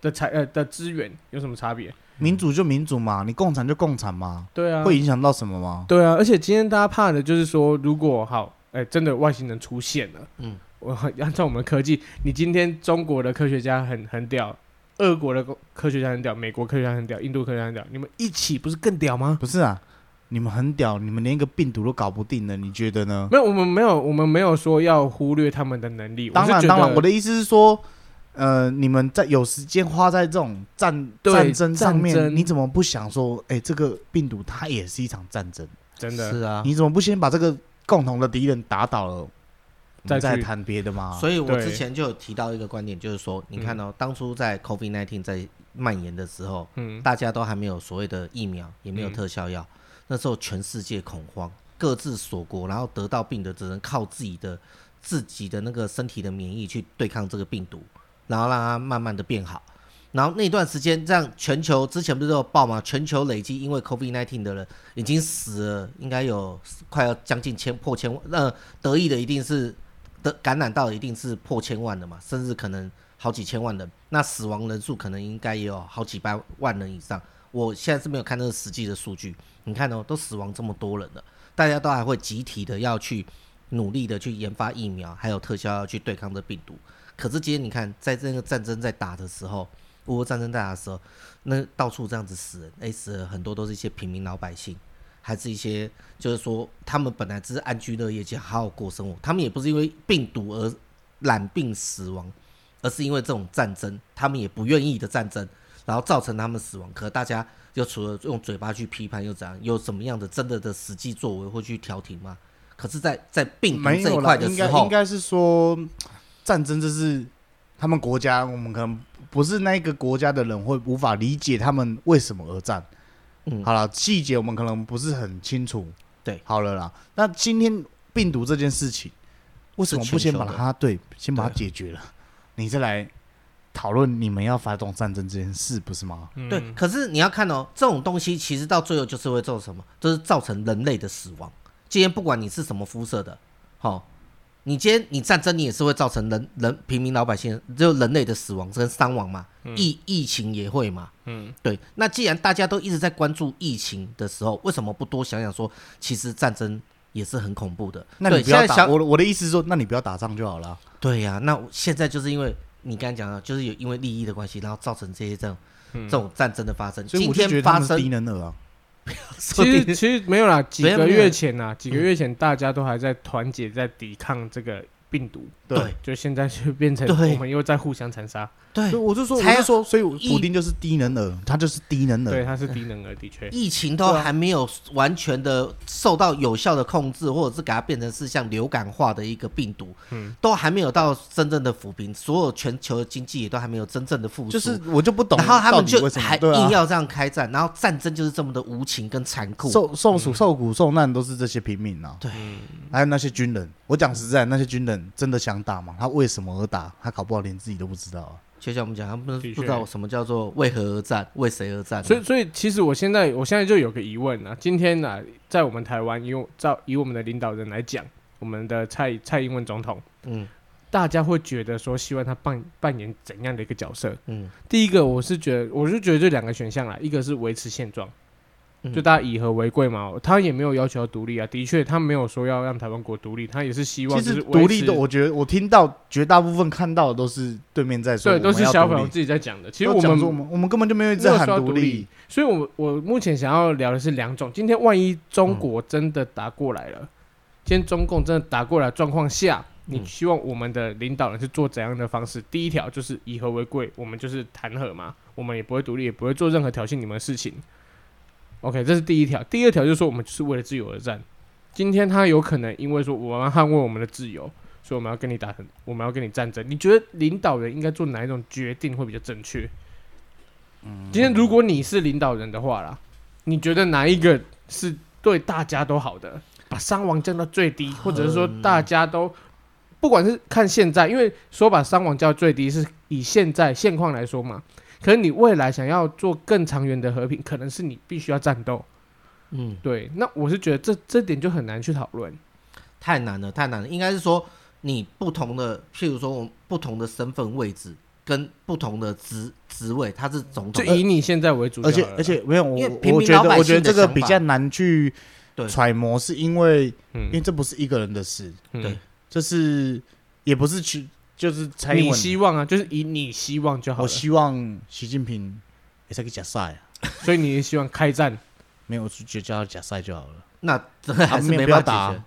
Speaker 3: 的财呃的资源有什么差别？
Speaker 1: 民主就民主嘛，你共产就共产嘛，
Speaker 3: 对啊，
Speaker 1: 会影响到什么吗？
Speaker 3: 对啊，而且今天大家怕的就是说，如果好，哎、真的外星人出现了，
Speaker 2: 嗯
Speaker 3: 嗯，我 按照我们的科技，你今天中国的科学家很很屌，俄国的科学家很屌，美国科学家很屌，印度科学家很屌，你们一起不是更屌吗？
Speaker 1: 不是啊，你们很屌，你们连一个病毒都搞不定了，你觉得呢？
Speaker 3: 没有，我们没有，我们没有说要忽略他们的能力。
Speaker 1: 当
Speaker 3: 我
Speaker 1: 然
Speaker 3: 是觉
Speaker 1: 当
Speaker 3: 得
Speaker 1: 然，我的意思是说，呃，你们在有时间花在这种战
Speaker 3: 对
Speaker 1: 战争上
Speaker 3: 战
Speaker 1: 面，
Speaker 3: 争
Speaker 1: 你怎么不想说，哎、这个病毒它也是一场战争？
Speaker 3: 真的，
Speaker 2: 是啊，
Speaker 1: 你怎么不先把这个共同的敌人打倒了，我
Speaker 3: 再
Speaker 1: 们再
Speaker 3: 去
Speaker 1: 谈别的嘛？
Speaker 2: 所以我
Speaker 3: 对
Speaker 2: 之前就有提到一个观点，就是说，你看哦，当初在 COVID 1 9在蔓延的时候，
Speaker 3: 嗯，
Speaker 2: 大家都还没有所谓的疫苗，也没有
Speaker 3: 嗯
Speaker 2: 特效药，那时候全世界恐慌，各自锁国，然后得到病的只能靠自己的自己的那个身体的免疫去对抗这个病毒，然后让它慢慢的变好。然后那段时间，这样全球之前不是都有报吗？全球累计因为 COVID-19 的人已经死了，应该有快要将近千破千万。那、得意的一定是得感染到的一定是破千万的嘛，甚至可能好几千万人。那死亡人数可能应该也有好几百万人以上。我现在是没有看那个实际的数据，你看哦，都死亡这么多人了，大家都还会集体的要去努力的去研发疫苗，还有特效药去对抗这病毒。可是今天你看，在这个战争在打的时候，乌俄战争在打的时候，那到处这样子死人，哎，死了很多都是一些平民老百姓，还是一些就是说他们本来只是安居乐业，就好好过生活，他们也不是因为病毒而染病死亡，而是因为这种战争，他们也不愿意的战争，然后造成他们死亡。可大家又除了用嘴巴去批判又怎样？有什么样的真的的实际作为会去调停吗？可是在，在病毒
Speaker 1: 没
Speaker 2: 这
Speaker 1: 有啦，
Speaker 2: 一块的
Speaker 1: 应
Speaker 2: 时
Speaker 1: 该
Speaker 2: 候
Speaker 1: 应，该是说战争，这是他们国家，我们可能不是那个国家的人会无法理解他们为什么而战。
Speaker 2: 嗯
Speaker 1: 好了，细节我们可能不是很清楚。
Speaker 2: 对
Speaker 1: 好了啦，那今天病毒这件事情，为什么不先把
Speaker 2: 是全
Speaker 1: 它对先把它
Speaker 2: 对
Speaker 1: 解决了，你再来讨论你们要发动战争这件事，不是吗？
Speaker 3: 嗯
Speaker 2: 对，可是你要看哦，这种东西其实到最后就是会做什么，就是造成人类的死亡。今天不管你是什么肤色的，好、你今天你战争，你也是会造成人人平民老百姓就人类的死亡跟伤亡嘛，疫疫情也会嘛，
Speaker 3: 嗯，
Speaker 2: 对。那既然大家都一直在关注疫情的时候，为什么不多想想说，其实战争也是很恐怖的？
Speaker 1: 那
Speaker 2: 对
Speaker 1: 你不要
Speaker 2: 现在
Speaker 1: 打
Speaker 2: 想
Speaker 1: 我的，我的意思是说，那你不要打仗就好了。
Speaker 2: 对呀、那我现在就是因为你刚才讲的，就是有因为利益的关系，然后造成这些这种、
Speaker 3: 嗯
Speaker 2: 这种战争的发生。
Speaker 1: 所以
Speaker 2: 今
Speaker 1: 我就觉
Speaker 2: 天
Speaker 1: 得他
Speaker 2: 发
Speaker 1: 们是
Speaker 2: 生
Speaker 1: 低能儿啊。
Speaker 3: 其实其实没有啦，几
Speaker 2: 没有
Speaker 3: 个
Speaker 2: 没有
Speaker 3: 月前呐、几个月前大家都还在团结，在抵抗这个病毒，
Speaker 2: 对
Speaker 3: 就现在就变成
Speaker 2: 对
Speaker 3: 我们又在互相残杀，
Speaker 2: 对
Speaker 1: 所以我就说，我
Speaker 2: 才
Speaker 1: 就说，所以
Speaker 2: 一
Speaker 1: 补丁就是低能儿，他就是低能
Speaker 3: 对，
Speaker 1: 儿。
Speaker 3: 它是低能儿，的确，
Speaker 2: 疫情都
Speaker 1: 啊
Speaker 2: 还没有完全的受到有效的控制，或者是给它变成是像流感化的一个病毒，
Speaker 3: 嗯，
Speaker 2: 都还没有到真正的扶贫，所有全球的经济也都还没有真正的复苏，
Speaker 1: 就是我就不懂，
Speaker 2: 然后他们就
Speaker 1: 为什
Speaker 2: 还
Speaker 1: 么对
Speaker 2: 硬
Speaker 1: 啊，
Speaker 2: 要这样开战，然后战争就是这么的无情跟残酷，
Speaker 1: 受
Speaker 3: 嗯
Speaker 1: 受苦受苦受难都是这些平民啊，
Speaker 2: 对，
Speaker 1: 还有那些军人。我讲实在，那些军人真的想打吗？他为什么而打？他搞不好连自己都不知道啊。
Speaker 2: 就像我们讲，他们
Speaker 3: 的确
Speaker 2: 不知道什么叫做为何而战，为谁而战，
Speaker 3: 所以，所以其实我现在，我现在就有个疑问啊。今天呢、啊，在我们台湾，以我照以我们的领导人来讲，我们的蔡蔡英文总统，
Speaker 2: 嗯
Speaker 3: 大家会觉得说，希望他扮扮演怎样的一个角色？
Speaker 2: 嗯，
Speaker 3: 第一个，我是觉得，我是觉得这两个选项啦，一个是维持现状，
Speaker 2: 嗯
Speaker 3: 就大家以和为贵嘛。他也没有要求要独立啊，的确他没有说要让台湾国独立，他也是希望
Speaker 1: 其
Speaker 3: 就
Speaker 1: 实
Speaker 3: 是
Speaker 1: 独立的，
Speaker 3: 的，
Speaker 1: 我觉得我听到绝大部分看到的都是对面在说，
Speaker 3: 对，都是小粉
Speaker 1: 朋友。
Speaker 3: 红自己在讲的。其
Speaker 1: 其
Speaker 3: 实
Speaker 1: 实
Speaker 3: 我
Speaker 1: 我
Speaker 3: 们
Speaker 1: 们我们我们根本就没有一直
Speaker 3: 没
Speaker 1: 在
Speaker 3: 有
Speaker 1: 喊
Speaker 3: 说要独
Speaker 1: 立
Speaker 3: 立，所以我，我目前想要聊的是两种。今天万一中国真的打过来了，今天中共真的打过来的状况下，你
Speaker 2: 嗯
Speaker 3: 希望我们的领导人是做怎样的方式？第一条就是以和为贵，我们就是谈和嘛，我们也不会独立，也不会做任何挑衅你们的事情。OK，这是第一条。第二条就是说，我们就是为了自由而战。今天他有可能因为说我们要捍卫我们的自由，所以我们要跟你打，我们要跟你战争。你觉得领导人应该做哪一种决定会比较正确？
Speaker 1: 嗯
Speaker 3: 今天如果你是领导人的话啦，你觉得哪一个是对大家都好的，把伤亡降到最低，或者是说大家都，不管是看现在，因为说把伤亡降到最低是以现在现况来说嘛，可是你未来想要做更长远的和平，可能是你必须要战斗。
Speaker 2: 嗯，
Speaker 3: 对，那我是觉得这这点就很难去讨论。
Speaker 2: 太难了，太难了。应该是说你不同的，譬如说我们不同的身份位置跟不同的职职位，他是总
Speaker 3: 就
Speaker 2: 统，
Speaker 3: 以你现在为主就
Speaker 1: 而且
Speaker 3: 好了啦
Speaker 1: 而，且没有
Speaker 2: 因
Speaker 1: 我
Speaker 2: 为平民
Speaker 1: 我觉
Speaker 2: 老百
Speaker 1: 得
Speaker 2: 姓
Speaker 1: 我觉得这
Speaker 2: 的
Speaker 1: 个
Speaker 2: 想
Speaker 1: 比较难去
Speaker 2: 对
Speaker 1: 揣摩，是因为
Speaker 3: 嗯
Speaker 1: 因为，这不是一个人的事，
Speaker 3: 嗯
Speaker 2: 对
Speaker 1: 这是也不是去就是蔡英
Speaker 3: 你
Speaker 1: 文，
Speaker 3: 希望啊，就是以你希望就好
Speaker 1: 我
Speaker 3: 了。
Speaker 1: 希望习近平也是个假赛啊，
Speaker 3: 所以你也希望开战，
Speaker 1: 没有我就叫他假赛就好了，
Speaker 2: 那 这还是
Speaker 1: 没
Speaker 2: 没
Speaker 1: 有不要
Speaker 2: 办法解决。
Speaker 1: 打啊，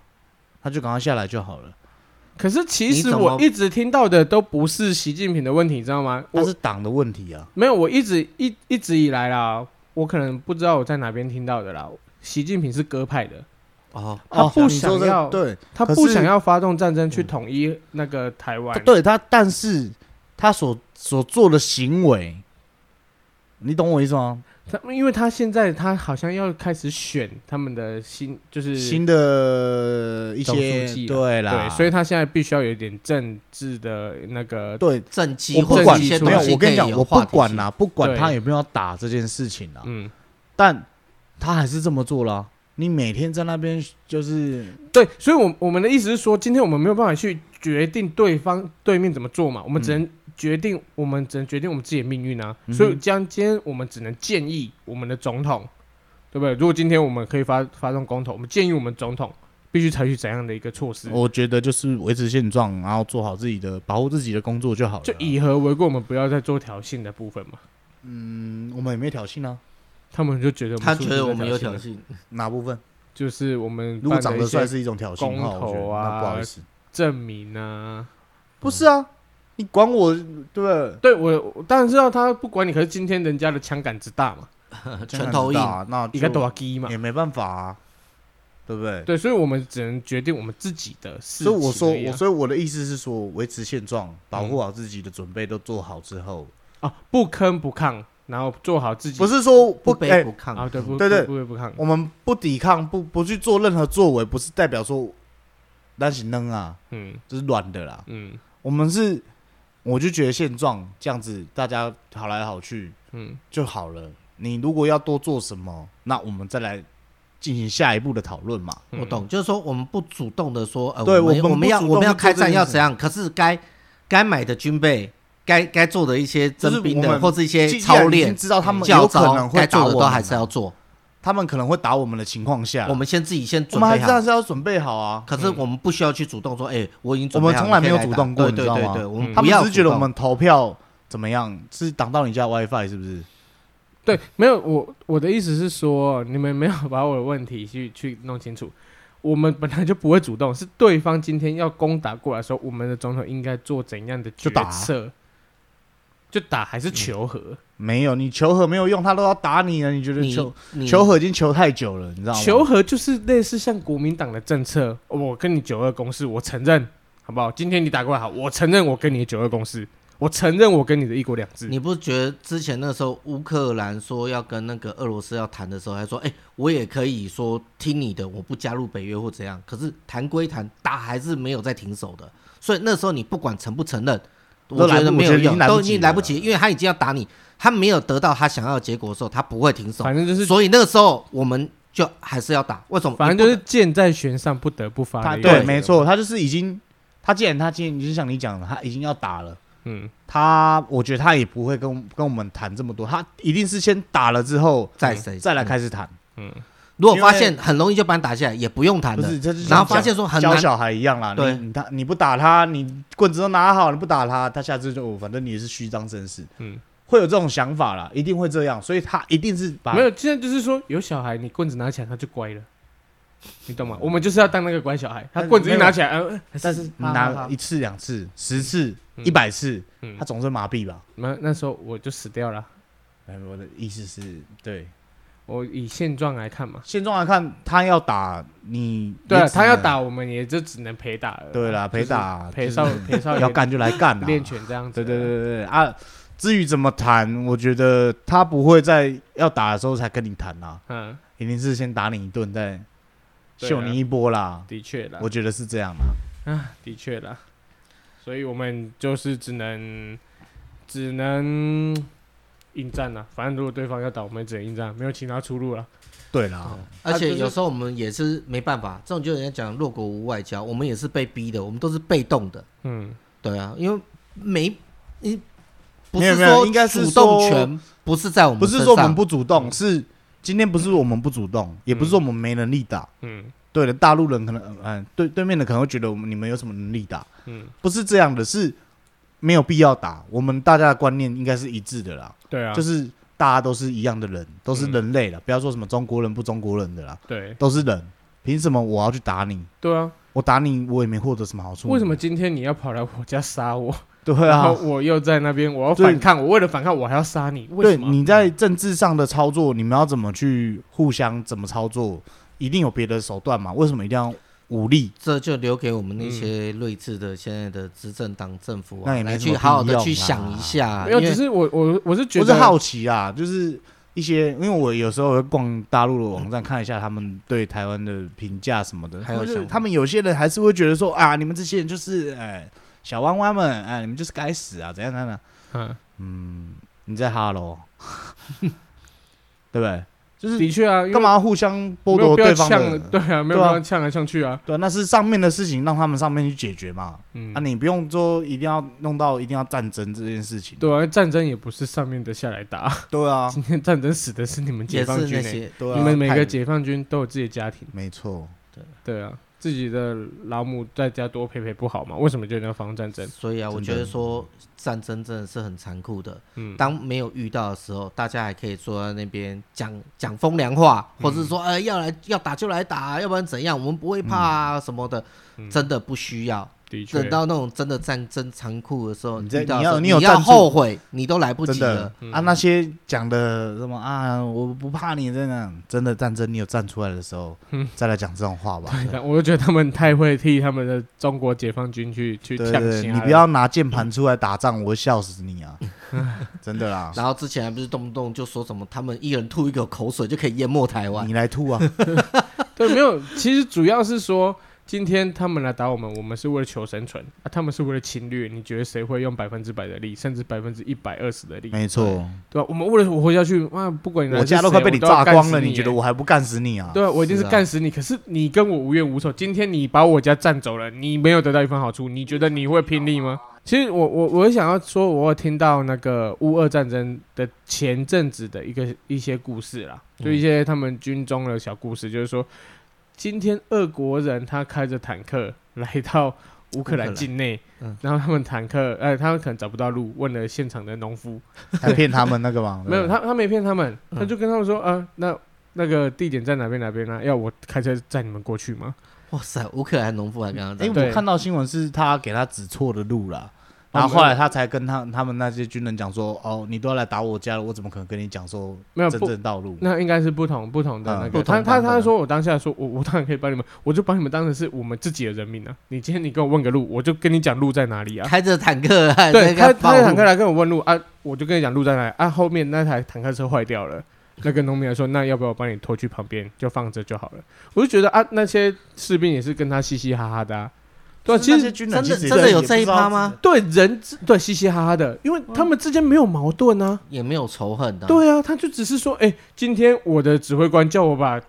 Speaker 1: 他就赶快下来就好了，
Speaker 3: 可是其
Speaker 2: 你
Speaker 3: 实
Speaker 2: 怎
Speaker 3: 我
Speaker 2: 么
Speaker 3: 一直听到的都不是习近平的问题，你知道吗？
Speaker 1: 那
Speaker 3: 我
Speaker 1: 是党的问题啊，
Speaker 3: 没有，我一直一一直以来啦，我可能不知道我在哪边听到的啦。习近平是鸽派的，
Speaker 2: 哦，
Speaker 3: 他
Speaker 1: 哦
Speaker 3: 不
Speaker 1: 你说
Speaker 3: 想
Speaker 1: 这
Speaker 3: 要
Speaker 1: 对
Speaker 3: 他
Speaker 1: 可
Speaker 3: 不
Speaker 1: 是
Speaker 3: 想要发动战争去统一那个台湾。
Speaker 1: 对他，但是他所所做的行为，你懂我意思吗？
Speaker 3: 他因为他现在他好像要开始选他们的新，就是
Speaker 1: 新的一
Speaker 3: 总
Speaker 1: 些
Speaker 3: 书记啦
Speaker 1: 对啦，
Speaker 3: 对，所以他现在必须要有一点政治的那个
Speaker 1: 对
Speaker 2: 政绩
Speaker 1: 我
Speaker 2: 或
Speaker 1: 不
Speaker 2: 者
Speaker 1: 管
Speaker 2: 一些
Speaker 1: 没有
Speaker 2: 东西，
Speaker 1: 我跟你
Speaker 2: 可
Speaker 1: 讲，
Speaker 2: 以有
Speaker 1: 我
Speaker 2: 话
Speaker 1: 不
Speaker 2: 题
Speaker 1: 管啊
Speaker 2: 性
Speaker 1: 啦，不管
Speaker 3: 对
Speaker 1: 他有没有打这件事情啦，
Speaker 3: 嗯，
Speaker 1: 但他还是这么做了。你每天在那边就是
Speaker 3: 对，所以我，我们的意思是说，今天我们没有办法去决定对方对面怎么做嘛，我们只能决定，我们只能决定我们自己的命运啊。
Speaker 1: 嗯嗯哼
Speaker 3: 所以，将今天我们只能建议我们的总统，对不对？如果今天我们可以发发动公投，我们建议我们总统必须采取怎样的一个措施？
Speaker 1: 我觉得就是维持现状，然后做好自己的保护自己的工作就好了。
Speaker 3: 就以和为贵，我们不要再做挑衅的部分嘛。
Speaker 1: 嗯，我们也没有挑衅啊，
Speaker 3: 他们就觉得我们
Speaker 2: 他
Speaker 3: 是
Speaker 2: 觉
Speaker 3: 不是
Speaker 2: 得我
Speaker 3: 在
Speaker 2: 们有挑
Speaker 3: 衅啊，
Speaker 2: 衅，
Speaker 1: 哪部分？
Speaker 3: 就是我们
Speaker 1: 如果
Speaker 3: 办的
Speaker 1: 长
Speaker 3: 一
Speaker 1: 得
Speaker 3: 些
Speaker 1: 帅是一种挑衅的话，我觉
Speaker 3: 公
Speaker 1: 得
Speaker 3: 投啊
Speaker 1: 那不好意思，
Speaker 3: 证明啊。
Speaker 1: 不是啊，你管我对不对？
Speaker 3: 对我，我当然知道他不管你，可是今天人家的枪杆子大嘛，
Speaker 2: 拳头
Speaker 1: 当，然知
Speaker 2: 硬
Speaker 1: 道啊，那
Speaker 3: 一
Speaker 1: 哦
Speaker 3: 个
Speaker 1: 就
Speaker 3: 多鸡嘛，
Speaker 1: 也没办法啊，对不对？
Speaker 3: 对，所以我们只能决定我们自己的事情
Speaker 1: 所
Speaker 3: 而
Speaker 1: 以
Speaker 3: 已
Speaker 1: 我说，
Speaker 3: 啊。
Speaker 1: 我所以我的意思是说，维持现状，保
Speaker 2: 嗯
Speaker 1: 护好自己的准备都做好之后，
Speaker 3: 啊，不吭不亢，然后做好自己。
Speaker 1: 不是说不
Speaker 2: 不
Speaker 1: 哎、
Speaker 2: 卑不亢。
Speaker 3: 啊，对不
Speaker 1: 对对
Speaker 3: 不不不亢。
Speaker 1: 我们不抵抗，不不去做任何作为，不是代表说那是扔啊，
Speaker 3: 嗯
Speaker 1: 这是软的啦。
Speaker 3: 嗯
Speaker 1: 我们是，我就觉得现状这样子，大家好来好去
Speaker 3: 嗯，
Speaker 1: 就好了。你如果要多做什么，那我们再来进行下一步的讨论嘛。
Speaker 3: 嗯
Speaker 2: 我。懂，就是说我们不主动的说，呃，
Speaker 1: 对
Speaker 2: 我们
Speaker 1: 我们
Speaker 2: 我们要
Speaker 1: 不主动
Speaker 2: 我们要开
Speaker 1: 做这
Speaker 2: 战
Speaker 1: 件
Speaker 2: 要
Speaker 1: 事
Speaker 2: 怎样，可是该该买的军备，该该做的一些
Speaker 1: 就是
Speaker 2: 征兵
Speaker 1: 我
Speaker 2: 的
Speaker 1: 们
Speaker 2: 或是一些
Speaker 1: 既既然已
Speaker 2: 操
Speaker 1: 经
Speaker 2: 练、
Speaker 1: 知道他们
Speaker 2: 教
Speaker 1: 有可
Speaker 2: 招，
Speaker 1: 能会
Speaker 2: 该
Speaker 1: 打
Speaker 2: 做的
Speaker 1: 我
Speaker 2: 都
Speaker 1: 们啊
Speaker 2: 还是要做。
Speaker 1: 他们可能会打我们的情况下，
Speaker 2: 我们先自己先
Speaker 1: 我
Speaker 2: 准
Speaker 1: 们还
Speaker 2: 备
Speaker 1: 是还
Speaker 2: 好。
Speaker 1: 是要准备好啊。
Speaker 2: 可是我们不需要去主动说，哎，我已经准
Speaker 1: 我
Speaker 2: 备
Speaker 1: 们
Speaker 2: 好
Speaker 1: 从来
Speaker 2: 你可以
Speaker 1: 没有
Speaker 2: 来
Speaker 1: 主
Speaker 2: 打
Speaker 1: 动过
Speaker 2: 对
Speaker 1: 你
Speaker 2: 对
Speaker 1: 知道
Speaker 2: 对
Speaker 1: 吗
Speaker 2: 对，我
Speaker 3: 嗯
Speaker 2: 们
Speaker 1: 他
Speaker 2: 不
Speaker 1: 们
Speaker 2: 要
Speaker 1: 只是觉得
Speaker 2: 主
Speaker 1: 我
Speaker 2: 动
Speaker 1: 们投票怎么样，是挡到你家 WiFi 是不是？
Speaker 3: 对，没有我我的意思是说，你们没有把我的问题去去弄清楚。我们本来就不会主动，是对方今天要攻打过来的时候，我们的总统应该做怎样的决
Speaker 1: 就打啊
Speaker 3: 策？就打还是求和？
Speaker 1: 没有，你求和没有用，他都要打你了。你觉得求
Speaker 2: 你
Speaker 1: 求和已经求太久了，你知道吗？
Speaker 3: 求和就是类似像国民党的政策，我跟你九二共识，我承认，好不好？今天你打过来好，我承认我跟你的九二共识，我承认我跟你的一国两制。
Speaker 2: 你不觉得之前那时候乌克兰说要跟那个俄罗斯要谈的时候，还说，哎、我也可以说听你的，我不加入北约或怎样。可是谈归谈，打还是没有在停手的。所以那时候你不管承不承认，我
Speaker 1: 都来
Speaker 2: 觉
Speaker 1: 不
Speaker 2: 得没
Speaker 1: 我觉
Speaker 2: 有
Speaker 1: 得已经，
Speaker 2: 用
Speaker 1: 来不
Speaker 2: 都已
Speaker 1: 及
Speaker 2: 经
Speaker 1: 了
Speaker 2: 来不及，因为他已经要打你，他没有得到他想要的结果的时候，他不会停手。
Speaker 3: 反正就是，
Speaker 2: 所以那个时候我们就还是要打。为什么？
Speaker 3: 反正就是箭在弦上，不得不发
Speaker 1: 他
Speaker 3: 的一个结
Speaker 1: 对，
Speaker 3: 论
Speaker 1: 没，错，他就是已经，他既然他今天就像你讲的，他已经要打了，
Speaker 3: 嗯，
Speaker 1: 他我觉得他也不会跟跟我们谈这么多，他一定是先打了之后
Speaker 2: 在谁
Speaker 1: 再来开始谈。
Speaker 3: 嗯，
Speaker 2: 如果发现很容易就把你打下来，也不用谈
Speaker 1: 不
Speaker 2: 了
Speaker 1: 是，。这就是
Speaker 2: 然后发现说很
Speaker 1: 教
Speaker 2: 难，
Speaker 1: 小孩一样啦，
Speaker 2: 对
Speaker 1: 你你他你不打他，你棍子都拿好，你不打他，他下次就哦反正你也是虚张声势，
Speaker 3: 嗯
Speaker 1: 嗯，会有这种想法啦，一定会这样，所以他一定是把
Speaker 3: 没有，现在就是说有小孩，你棍子拿起来他就乖了，你懂吗？我们就是要当那个乖小孩，他
Speaker 1: 但是
Speaker 3: 棍子一
Speaker 1: 没有
Speaker 3: 拿起来，呃
Speaker 1: 但是
Speaker 3: 哈哈哈
Speaker 1: 拿一次、两次、十次、
Speaker 3: 嗯
Speaker 1: 一百次
Speaker 3: 嗯，
Speaker 1: 他总是麻痹吧？
Speaker 3: 那那时候我就死掉了。
Speaker 1: 哎，我的意思是，对
Speaker 3: 我以现状来看嘛，
Speaker 1: 现状来看，他要打你，
Speaker 3: 对啊，
Speaker 1: 也只
Speaker 3: 他要
Speaker 1: 能
Speaker 3: 打，我们也就只能陪打了。
Speaker 1: 对啦，
Speaker 3: 就
Speaker 1: 陪
Speaker 3: 是
Speaker 1: 打
Speaker 3: 陪
Speaker 1: 就是
Speaker 3: 少陪少
Speaker 1: 要
Speaker 3: 爷
Speaker 1: 干就来干啦，
Speaker 3: 练拳这样子。
Speaker 1: 对对对对对啊！至于怎么谈，我觉得他不会在要打的时候才跟你谈啦，
Speaker 3: 嗯，
Speaker 1: 一定是先打你一顿，再
Speaker 3: 对啊
Speaker 1: 秀你一波啦。
Speaker 3: 的确啦
Speaker 1: 我，觉得是这样啦。
Speaker 3: 啊，的确啦，所以我们就是只能只能应战了。反正如果对方要打，我们只能应战，没有其他出路了。
Speaker 1: 对啦，
Speaker 2: 而
Speaker 3: 啊就
Speaker 2: 且
Speaker 3: 是
Speaker 2: 有时候我们也是没办法，这种就人家讲弱国无外交，我们也是被逼的，我们都是被动的，
Speaker 3: 嗯，
Speaker 2: 对啊，因为没你不
Speaker 1: 没有
Speaker 2: 是
Speaker 1: 没有
Speaker 2: 说
Speaker 1: 应该是
Speaker 2: 主动
Speaker 1: 说
Speaker 2: 权不是在我们
Speaker 1: 不是
Speaker 2: 身
Speaker 1: 说我们
Speaker 2: 上
Speaker 1: 不主动，是今天不是我们不主动，也不是说我们没能力打。
Speaker 3: 嗯
Speaker 1: 对了，大陆人可能，嗯、呃对对面的可能会觉得我们你们有什么能力打，
Speaker 3: 嗯，
Speaker 1: 不是这样的，是没有必要打。我们大家的观念应该是一致的啦，
Speaker 3: 对啊，
Speaker 1: 就是大家都是一样的人，都是
Speaker 3: 嗯
Speaker 1: 人类了，不要说什么中国人不中国人的啦，
Speaker 3: 对
Speaker 1: 都是人，凭什么我要去打你？
Speaker 3: 对啊。
Speaker 1: 我打你，我也没获得什么好处。
Speaker 3: 为什么？今天你要跑来我家杀我？
Speaker 1: 对
Speaker 3: 然后
Speaker 1: 啊，
Speaker 3: 我又在那边，我要
Speaker 1: 对
Speaker 3: 反抗，我为了反抗我还要杀你，为
Speaker 1: 对，
Speaker 3: 什么？
Speaker 1: 你在政治上的操作，你们要怎么去互相怎么操作？一定有别的手段嘛？为什么一定要武力？
Speaker 2: 这就留给我们那些睿智的现在的执政党政府、
Speaker 1: 嗯
Speaker 2: 啊
Speaker 1: 那也没
Speaker 2: 来
Speaker 1: 什
Speaker 2: 去
Speaker 1: 么
Speaker 2: 好好
Speaker 1: 必
Speaker 2: 的
Speaker 1: 要
Speaker 2: 去
Speaker 1: 啦
Speaker 2: 想一下、啊
Speaker 3: 没
Speaker 2: 因
Speaker 3: 有，只
Speaker 2: 为
Speaker 3: 是我我我是觉
Speaker 1: 啊我
Speaker 3: 得
Speaker 1: 是好奇啊，就是一些，因为我有时候会逛大陆的网站看一下他们对台湾的评价什么的，
Speaker 2: 还有
Speaker 1: 就是
Speaker 2: 想法
Speaker 1: 他们有些人还是会觉得说啊，你们这些人就是哎小弯弯们，哎你们就是该死啊，怎样怎样怎样。
Speaker 3: 嗯，
Speaker 1: 嗯，你在哈喽， 对不对？就是
Speaker 3: 的确啊，因为
Speaker 1: 干嘛互相剥
Speaker 3: 没
Speaker 1: 夺
Speaker 3: 有必要
Speaker 1: 对方
Speaker 3: 呛，
Speaker 1: 的？
Speaker 3: 对啊，没有
Speaker 1: 对啊
Speaker 3: 必要呛来呛去啊，
Speaker 1: 对啊，那是上面的事情，让他们上面去解决嘛。
Speaker 3: 嗯
Speaker 1: 啊，，你不用说一定要弄到一定要战争这件事情。
Speaker 3: 对啊，战争也不是上面的下来打，
Speaker 1: 对啊，
Speaker 3: 今天战争死的是你们解
Speaker 2: 也是
Speaker 3: 放军、
Speaker 2: 那
Speaker 3: 欸，
Speaker 2: 些
Speaker 1: 对啊，
Speaker 3: 你们每
Speaker 1: 太
Speaker 3: 个解放军都有自己的家庭，
Speaker 1: 没错，
Speaker 3: 对啊，自己的老母在家多陪陪不好吗？为什么就一定要防战争？
Speaker 2: 所以啊，我
Speaker 1: 真
Speaker 2: 觉
Speaker 1: 的
Speaker 2: 得说战争真的是很残酷的。
Speaker 3: 嗯，
Speaker 2: 当没有遇到的时候，大家还可以坐在那边讲讲风凉话，
Speaker 1: 嗯
Speaker 2: 或者是说，呃，要来要打就来打，要不然怎样，我们不会怕啊什么的，
Speaker 3: 嗯
Speaker 2: 真的不需要。
Speaker 3: 的确
Speaker 2: 等，到那种真的战争残酷的时候，
Speaker 1: 你在
Speaker 2: 遇到的
Speaker 1: 你
Speaker 2: 时
Speaker 1: 要
Speaker 2: 候
Speaker 1: 你
Speaker 2: 你
Speaker 1: 有
Speaker 2: 要
Speaker 1: 战术
Speaker 2: 后悔，你都来不
Speaker 1: 真
Speaker 2: 及
Speaker 1: 的
Speaker 2: 了。
Speaker 1: 啊，
Speaker 3: 嗯
Speaker 1: 那些讲的什么啊，我不怕你真的真的战争，你有站出来的时候，
Speaker 3: 嗯
Speaker 1: 再来讲这种话吧。
Speaker 3: 但 我就觉得他们太会替他们的中国解放军去去
Speaker 1: 对
Speaker 3: 呛
Speaker 1: 对
Speaker 3: 虾
Speaker 1: 对，
Speaker 3: 了
Speaker 1: 你不要拿键盘出来打仗，我会笑死你 啊！真的啦，
Speaker 2: 然后之前还不是动不动就说什么他们一人吐一口口水就可以淹没台湾
Speaker 1: 你，来吐啊！
Speaker 3: 对，没有，其实主要是说，今天他们来打我们，我们是为了求生存，啊、他们是为了侵略。你觉得谁会用百分之百的力，甚至百分之一百二十的力？
Speaker 1: 没错，
Speaker 3: 对吧、啊我们为了我活下去，哇，不管你来
Speaker 1: 哎我
Speaker 3: 自
Speaker 1: 家都快被
Speaker 3: 谁
Speaker 1: 你
Speaker 3: 我要
Speaker 1: 炸
Speaker 3: 干
Speaker 1: 光
Speaker 3: 死
Speaker 1: 了，
Speaker 3: 你
Speaker 1: 你觉得
Speaker 3: 欸？
Speaker 1: 我还不干死你啊？
Speaker 3: 对啊，我一定是
Speaker 2: 是啊
Speaker 3: 干死你。可是你跟我无冤无仇，今天你把我家占走了，你没有得到一分好处，你觉得你会拼力吗？其实我我我想要说，我有听到那个乌俄战争的前阵子的一个一些故事啦，就一些他们军中的小故事，就是说，今天俄国人他开着坦克来到乌克兰境内，
Speaker 2: 嗯
Speaker 3: 然后他们坦克，呃，他们可能找不到路，问了现场的农夫，
Speaker 1: 还骗他们那个嘛？
Speaker 3: 没有，
Speaker 1: 对吧
Speaker 3: 他他没骗他们，
Speaker 2: 嗯
Speaker 3: 他就跟他们说，啊，那那个地点在哪边哪边呢、要我开车载你们过去吗？
Speaker 2: 哇塞，乌克兰农夫还跟他
Speaker 1: 哎，
Speaker 2: 讲，
Speaker 1: 我
Speaker 3: 对哦
Speaker 1: 看到新闻是他给他指错的路了。然后后来他才跟他他们那些军人讲说，哦，你都要来打我家了，我怎么可能跟你讲说
Speaker 3: 没有
Speaker 1: 真
Speaker 3: 不
Speaker 1: 正道路？
Speaker 3: 那应该是不同不同的
Speaker 1: 嗯
Speaker 3: 那个，
Speaker 2: 啊不
Speaker 3: 他
Speaker 2: 同
Speaker 3: 他
Speaker 2: 版本
Speaker 3: 他
Speaker 2: 的
Speaker 3: 说我当下说，我我当然可以帮你们，我就把你们当成是我们自己的人民啊。你今天你跟我问个路，我就跟你讲路在哪里啊。
Speaker 2: 开着坦克还在
Speaker 3: 对他，
Speaker 2: 那
Speaker 3: 他
Speaker 2: 暴
Speaker 3: 坦克
Speaker 2: 露，
Speaker 3: 来跟我问路啊，我就跟你讲路在哪里啊。后面那台坦克车坏掉了，那个农民还说，那要不要我帮你拖去旁边，就放着就好了。我就觉得啊，那些士兵也是跟他嘻嘻哈哈的、啊，对啊、
Speaker 1: 就是
Speaker 3: 其
Speaker 1: 那
Speaker 3: 实
Speaker 1: 些军人
Speaker 2: 真的
Speaker 1: 其实也
Speaker 2: 真的有
Speaker 1: 也不
Speaker 2: 这一
Speaker 1: 知道
Speaker 2: 趴吗
Speaker 1: 自己？
Speaker 3: 对人之对嘻嘻哈哈的，因为他们之间没有矛盾啊。
Speaker 2: 也没有仇恨的，
Speaker 3: 对啊，他就只是说，哎、今天我的指挥官叫我把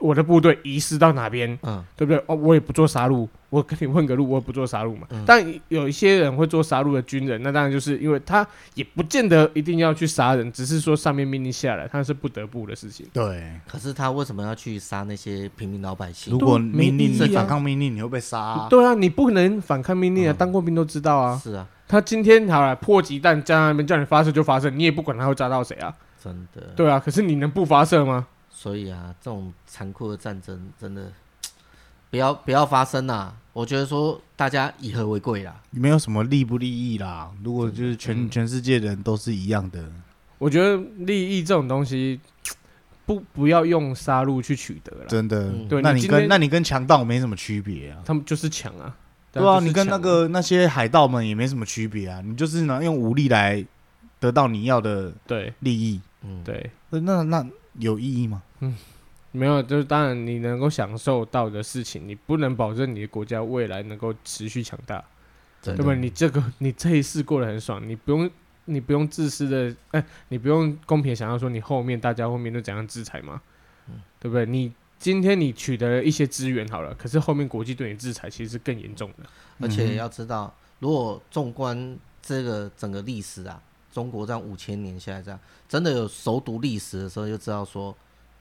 Speaker 3: 我的部队遗失到哪边，
Speaker 2: 嗯
Speaker 3: 对不对？哦，我也不做杀戮，我跟你问个路，我也不做杀戮嘛。
Speaker 2: 嗯
Speaker 3: 但有一些人会做杀戮的军人，那当然就是因为他也不见得一定要去杀人，只是说上面命令下来，他是不得不的事情。
Speaker 1: 对，
Speaker 2: 可是他为什么要去杀那些平民老百姓
Speaker 1: 如？果
Speaker 3: 没
Speaker 1: 命令
Speaker 3: 意义啊
Speaker 1: 你反抗命令，你会被杀啊。
Speaker 3: 对啊，你不能反抗命令啊，
Speaker 2: 嗯
Speaker 3: 当过兵都知道啊。
Speaker 2: 是啊，
Speaker 3: 他今天好了，迫击弹站在那边叫你发射就发射，你也不管他会炸到谁啊。
Speaker 2: 真的。
Speaker 3: 对啊，可是你能不发射吗？
Speaker 2: 所以啊，这种残酷的战争真的不要不要发生啦！我觉得说大家以和为贵啦。
Speaker 1: 没有什么利不利益啦。如果就是全全世界的人都是一样的，
Speaker 3: 嗯我觉得利益这种东西，不不要用杀戮去取得了，
Speaker 1: 真的
Speaker 2: 嗯，
Speaker 3: 对
Speaker 1: 那你
Speaker 3: 你今
Speaker 1: 跟
Speaker 3: 天
Speaker 1: 那你跟强盗没什么区别啊。
Speaker 3: 他们就是抢啊。
Speaker 1: 对啊，
Speaker 3: 就是
Speaker 1: 你跟
Speaker 3: 抢
Speaker 1: 那个那些海盗们也没什么区别啊，你就是拿用武力来得到你要的
Speaker 3: 对
Speaker 1: 利益，
Speaker 2: 嗯，，
Speaker 3: 对，
Speaker 1: 那那那有意义吗？
Speaker 3: 没有，就是当然你能够享受到的事情，你不能保证你的国家未来能够持续强大，
Speaker 2: 真
Speaker 3: 对
Speaker 2: 的
Speaker 3: 吧？你这个你这一世过得很爽，你不用你不用自私的，哎、你不用公平地想要说你后面大家后面都怎样制裁嘛，
Speaker 1: 嗯
Speaker 3: 对不对？你今天你取得了一些资源好了，可是后面国际对你制裁其实是更严重的，
Speaker 2: 而且
Speaker 1: 嗯
Speaker 2: 要知道，如果纵观这个整个历史啊，中国这样五千年下来这样，真的有熟读历史的时候，就知道说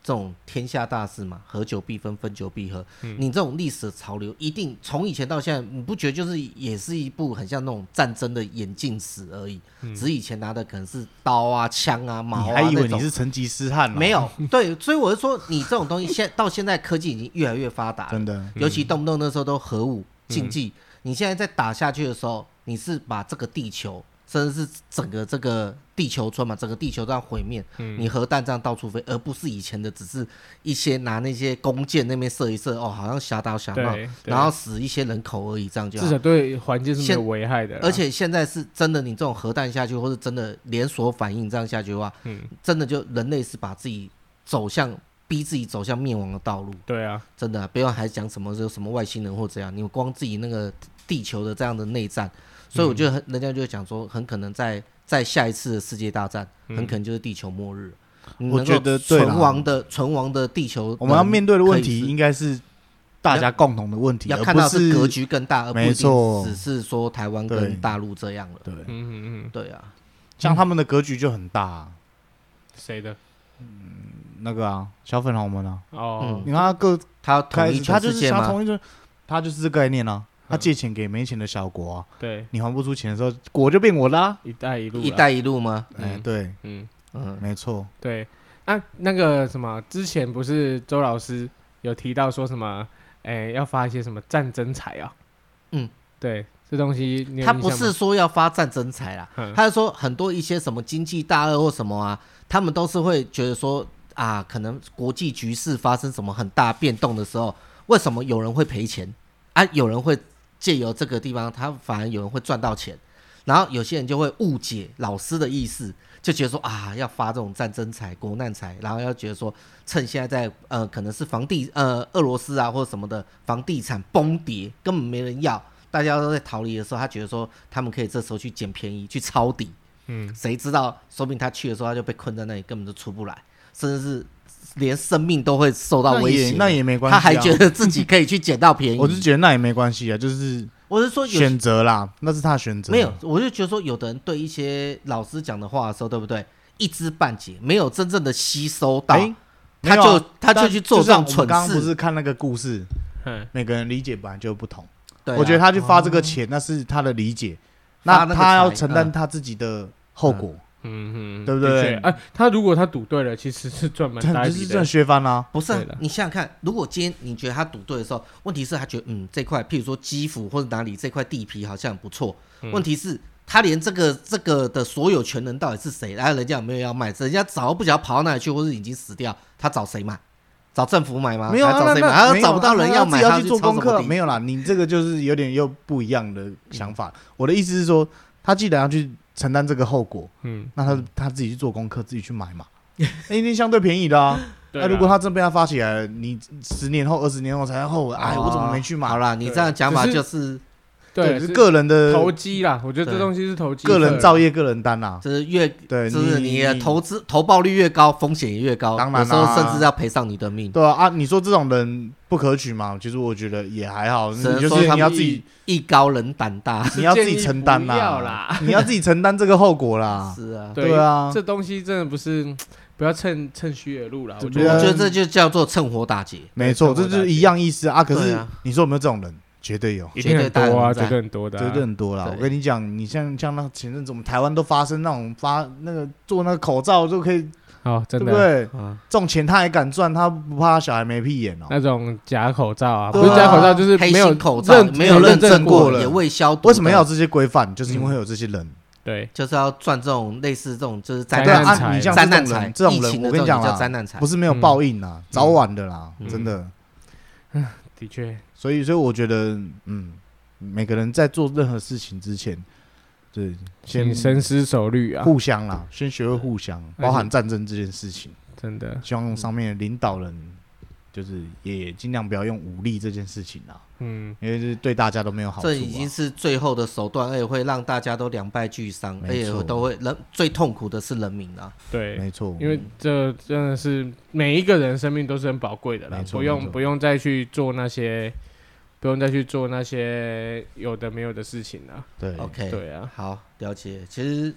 Speaker 2: 这种天下大事嘛，合久必分，分久必合。
Speaker 1: 嗯
Speaker 2: 你这种历史的潮流，一定从以前到现在，你不觉得就是也是一部很像那种战争的演进史而已？只是以前拿的可能是刀啊、枪啊、矛啊
Speaker 1: 嗯你还以为
Speaker 2: 那种
Speaker 1: 你是成吉思汗？哦
Speaker 2: 没，有对，所以我是说，你这种东西现到现在科技已经越来越发达了
Speaker 1: 真，的，
Speaker 3: 嗯
Speaker 2: 尤其动不动那时候都核武竞技，你现在在打下去的时候，你是把这个地球，甚至是整个这个地球村嘛，整个地球这样毁灭，
Speaker 3: 嗯
Speaker 2: 你核弹这样到处飞，而不是以前的只是一些拿那些弓箭那边射一射，哦，好像瞎打瞎
Speaker 3: 对
Speaker 1: 啊
Speaker 2: 闹，
Speaker 3: 对
Speaker 2: 然后死一些人口而已，这样就
Speaker 3: 至
Speaker 2: 好
Speaker 3: 少。对环境是啊没有
Speaker 2: 现
Speaker 3: 危害的啦，
Speaker 2: 而且现在是真的，你这种核弹下去，或是真的连锁反应这样下去的话，
Speaker 3: 嗯
Speaker 2: 真的就人类是把自己走向逼自己走向灭亡的道路。
Speaker 3: 对啊，
Speaker 2: 真的啊、不要还讲什么有什么外星人或怎样，你光自己那个地球的这样的内战，所以我觉得很人家就会讲说，很可能在在下一次的世界大战，很可能就是地球末日。你
Speaker 1: 嗯我
Speaker 2: 能
Speaker 1: 觉
Speaker 2: 够
Speaker 1: 得对啦
Speaker 2: 存亡的存亡的地球人，
Speaker 1: 我们要面对的问
Speaker 2: 可以
Speaker 1: 题
Speaker 2: 是
Speaker 1: 应该是大家共同的问题，
Speaker 2: 要
Speaker 1: 而
Speaker 2: 看
Speaker 1: 不
Speaker 2: 到
Speaker 1: 是
Speaker 2: 是格。局更大，而不
Speaker 1: 没
Speaker 2: 一定
Speaker 1: 错
Speaker 2: 只是说台湾
Speaker 1: 对
Speaker 2: 跟大陆这样了。
Speaker 1: 对，
Speaker 3: 嗯嗯嗯，
Speaker 2: 对啊，
Speaker 1: 像他们的格局就很大啊，
Speaker 3: 谁的？
Speaker 1: 那个啊，小粉红们啊，
Speaker 3: 哦，
Speaker 1: 你看他各
Speaker 2: 他要
Speaker 1: 开
Speaker 2: 统一，
Speaker 1: 他
Speaker 2: 嗯全
Speaker 1: 就
Speaker 2: 世
Speaker 1: 是
Speaker 2: 界
Speaker 1: 他
Speaker 2: 吗？
Speaker 1: 同一个，他就是这个概念啊。他
Speaker 3: 嗯
Speaker 1: 借钱给没钱的小国啊，
Speaker 3: 对，
Speaker 1: 你还不出钱的时候，国就变我啦、
Speaker 3: 一带一路啦，
Speaker 2: 一带一路吗？
Speaker 1: 嗯，
Speaker 2: 嗯
Speaker 1: 对，
Speaker 3: 嗯。
Speaker 2: 嗯，
Speaker 1: 没错，
Speaker 3: 对，啊，那个什么，之前不是周老师有提到说什么，哎、要发一些什么战争财啊？
Speaker 2: 嗯，
Speaker 3: 对，这东西你有
Speaker 2: 他
Speaker 3: 印
Speaker 2: 不
Speaker 3: 象
Speaker 2: 是
Speaker 3: 吗
Speaker 2: 说要发战争财啦，
Speaker 3: 嗯
Speaker 2: 他是说很多一些什么经济大鳄或什么啊，他们都是会觉得说啊，可能国际局势发生什么很大变动的时候，为什么有人会赔钱啊？有人会借由这个地方，他反而有人会赚到钱，然后有些人就会误解老师的意思，就觉得说啊，要发这种战争财、国难财，然后要觉得说趁现在在呃可能是房地呃俄罗斯啊或者什么的房地产崩跌，根本没人要。大家都在逃离的时候，他觉得说他们可以这时候去捡便宜，去抄底。
Speaker 3: 嗯，
Speaker 2: 谁知道，说不定他去的时候他就被困在那里，根本就出不来，甚至是连生命都会受到
Speaker 1: 那
Speaker 2: 威
Speaker 1: 也。
Speaker 2: 胁
Speaker 1: 那也没关系、
Speaker 2: 他
Speaker 1: 啊，
Speaker 2: 还觉得自己可以去捡到便宜。
Speaker 1: 我是觉得那也没关系啊，就是
Speaker 2: 我是说有
Speaker 1: 选择啦，那是他的选择，
Speaker 2: 没有，我就觉得说，有的人对一些老师讲的话的时候，对不对？一知半解，没有真正的吸收到，
Speaker 1: 哎没
Speaker 2: 他
Speaker 1: 有啊，
Speaker 2: 就他就
Speaker 1: 但
Speaker 2: 去做
Speaker 1: 就
Speaker 2: 这
Speaker 1: 像
Speaker 2: 种
Speaker 1: 我们
Speaker 2: 蠢
Speaker 1: 刚刚不
Speaker 2: 事。
Speaker 1: 是看那个故事，
Speaker 3: 嗯，
Speaker 1: 每个人理解本来就不同，
Speaker 2: 对啊、
Speaker 1: 我觉得他去发这个钱，那是他的理解，
Speaker 2: 发
Speaker 1: 那
Speaker 2: 那个
Speaker 1: 他要
Speaker 2: 财
Speaker 1: 承担他自己的后果，
Speaker 3: 嗯嗯，
Speaker 1: 对不对
Speaker 3: 的确哎、他如果他赌对了，其实是赚蛮大
Speaker 1: 但
Speaker 3: 一
Speaker 1: 就是
Speaker 3: 笔
Speaker 1: 这
Speaker 3: 的。
Speaker 1: 学翻啦、
Speaker 2: 不是、啊
Speaker 3: 对的，
Speaker 2: 你想想看，如果今天你觉得他赌对的时候，问题是他觉得嗯这块，譬如说基辅或者哪里这块地皮好像很不错，
Speaker 1: 嗯
Speaker 2: 问题是他连这个这个的所有权人到底是谁，然后人家有没有要卖，人家早不晓得跑到哪里去，或是已经死掉，他找谁买？找政府买吗？
Speaker 1: 没有啊，
Speaker 2: 还是找
Speaker 1: 那
Speaker 2: 谁买？
Speaker 1: 那
Speaker 2: 他
Speaker 1: 没有
Speaker 2: 找不到人
Speaker 1: 那
Speaker 2: 要
Speaker 1: 自
Speaker 2: 买，
Speaker 1: 己
Speaker 2: 他
Speaker 1: 要去做
Speaker 2: 抄什
Speaker 1: 功
Speaker 2: 么
Speaker 1: 课。
Speaker 2: 地
Speaker 1: 没有啦，你这个就是有点又不一样
Speaker 2: 嗯
Speaker 1: 的想法。我的意思是说，他既然要去承担这个后果，
Speaker 3: 嗯，
Speaker 1: 那他他自己去做功课，自己去买 嘛，那一定相对便宜的啊。
Speaker 3: 对
Speaker 1: 那、
Speaker 3: 啦。
Speaker 1: 如果他真被他发起来了，你十年后、二十年后才后悔，哎，我怎么没去
Speaker 2: 哦
Speaker 1: 买？
Speaker 2: 好啦，你
Speaker 3: 对
Speaker 2: 这样讲法
Speaker 3: 只是
Speaker 2: 就是
Speaker 3: 对，
Speaker 1: 是
Speaker 3: 是
Speaker 1: 个人的
Speaker 3: 投机啦。我觉得这
Speaker 2: 对
Speaker 3: 东西是投机，
Speaker 1: 个人造业，个人担啦。
Speaker 2: 就是越
Speaker 1: 对，
Speaker 2: 就是你的
Speaker 1: 你
Speaker 2: 投资投报率越高，风险也越高，
Speaker 1: 当然
Speaker 2: 有时候
Speaker 1: 啦
Speaker 2: 甚至要赔上你的命。
Speaker 1: 对啊啊，你说这种人不可取嘛？其实我觉得也还好，你
Speaker 2: 只能
Speaker 1: 就
Speaker 2: 说
Speaker 1: 是
Speaker 2: 他
Speaker 1: 你要
Speaker 2: 们
Speaker 1: 自己，
Speaker 2: 艺高人胆大，
Speaker 1: 你要自己承担
Speaker 3: 是建议不
Speaker 1: 啦，
Speaker 3: 要啦
Speaker 1: 你要自己承担这个后果啦。
Speaker 2: 是啊。
Speaker 3: 对
Speaker 1: 对啊
Speaker 3: 这东西真的不是不要趁趁虚而入啦。
Speaker 1: 这
Speaker 3: 我
Speaker 1: 不
Speaker 2: 我
Speaker 3: 觉
Speaker 1: 要
Speaker 3: 得
Speaker 2: 觉得这就叫做趁火打劫。
Speaker 1: 没错，这就是一样意思啊。可
Speaker 2: 对
Speaker 1: 是
Speaker 2: 啊
Speaker 1: 你说有没有这种人？绝对有，
Speaker 3: 一定很多
Speaker 2: 绝对大有
Speaker 3: 啊，
Speaker 2: 人在
Speaker 3: 绝对很多的啊，
Speaker 1: 绝对很多啦。
Speaker 2: 对
Speaker 1: 我跟你讲，你像像那前阵子我们台湾都发生那种发那个做那个口罩就可以，对
Speaker 3: 好，哦真
Speaker 1: 不
Speaker 3: 的
Speaker 1: 对？
Speaker 2: 啊，
Speaker 1: 这种钱他还敢赚，他不怕他小孩没屁眼哦？
Speaker 3: 那种假口罩啊，
Speaker 1: 对
Speaker 3: 不
Speaker 1: 啊
Speaker 3: 是假口罩就是
Speaker 2: 黑
Speaker 3: 没有
Speaker 2: 心口罩
Speaker 3: 认
Speaker 2: 没有
Speaker 3: 认
Speaker 2: 证
Speaker 1: 过了
Speaker 2: 也未消毒的，
Speaker 1: 为什么要有这些规范？就是
Speaker 3: 嗯
Speaker 1: 因为会有这些人。
Speaker 3: 对，
Speaker 2: 就是要赚这种类似这种就是灾
Speaker 3: 灾
Speaker 1: 对
Speaker 3: 难
Speaker 2: 难
Speaker 1: 啊，
Speaker 3: 财
Speaker 1: 你像
Speaker 2: 灾难
Speaker 1: 这种人
Speaker 2: 财，
Speaker 1: 这种
Speaker 2: 疫情
Speaker 1: 人，
Speaker 2: 的
Speaker 1: 我跟你讲
Speaker 2: 这种也叫灾
Speaker 1: 啦，
Speaker 2: 难财
Speaker 1: 不，是没有报应啦，早晚的啦，
Speaker 2: 嗯
Speaker 1: 真的。
Speaker 3: 的确，
Speaker 1: 所以，所以我觉得，嗯，每个人在做任何事情之前，对，先
Speaker 3: 请深思熟虑啊，
Speaker 1: 互相啦，先学会互相，
Speaker 3: 而且
Speaker 1: 包含战争这件事情。
Speaker 3: 真的，
Speaker 1: 希望上面的领导人就是也尽量不要用武力这件事情啦，
Speaker 3: 嗯，
Speaker 1: 因为这对大家都没有好处、啊。
Speaker 2: 这已经是最后的手段，而且会让大家都两败俱伤，而
Speaker 1: 没
Speaker 2: 且
Speaker 1: 错
Speaker 2: 都会人最痛苦的是人民啊。
Speaker 3: 对，
Speaker 1: 没错，
Speaker 3: 因为这真的是每一个人生命都是很宝贵的啦
Speaker 1: 没，错
Speaker 3: 不
Speaker 1: 没
Speaker 3: 用
Speaker 1: 错
Speaker 3: 不用再去做那些，不用再去做那些有的没有的事情啦。
Speaker 1: 对
Speaker 2: OK，
Speaker 3: 对啊，
Speaker 2: 好，了解。其实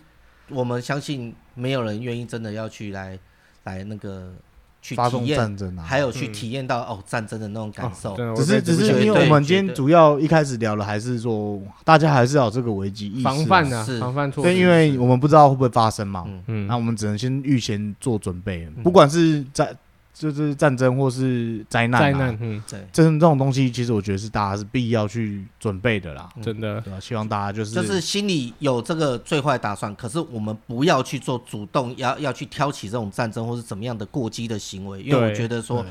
Speaker 2: 我们相信没有人愿意真的要去来来那个去
Speaker 1: 发
Speaker 2: 体
Speaker 1: 动
Speaker 2: 验，
Speaker 1: 战争啊，
Speaker 2: 还有去
Speaker 3: 嗯
Speaker 2: 体验到哦战争的那种感
Speaker 3: 哦
Speaker 2: 受。
Speaker 3: 真的
Speaker 1: 只
Speaker 3: 我
Speaker 1: 是
Speaker 3: 被
Speaker 1: 只
Speaker 2: 觉
Speaker 3: 这
Speaker 1: 是
Speaker 2: 得
Speaker 1: 因为
Speaker 2: 对
Speaker 1: 我们今
Speaker 2: 觉得
Speaker 1: 天主要一开始聊的还是说，大家还是要有这个危机意识啊、
Speaker 3: 防范啊，
Speaker 2: 是
Speaker 3: 防范措
Speaker 1: 对，
Speaker 3: 施，
Speaker 1: 因为我们不知道会不会发生嘛，
Speaker 2: 嗯
Speaker 3: 嗯
Speaker 1: 那我们只能先预先做准备，不管是战就是战争或是灾难、啊，
Speaker 3: 灾难，嗯，
Speaker 2: 对，
Speaker 1: 这这种东西，其实我觉得是大家是必要去准备的啦，
Speaker 2: 嗯
Speaker 3: 真的，
Speaker 1: 对吧、希望大家就是
Speaker 2: 就是心里有这个最坏打算，可是我们不要去做主动要要去挑起这种战争或是怎么样的过激的行为，因为我
Speaker 3: 对
Speaker 2: 觉得说
Speaker 1: 对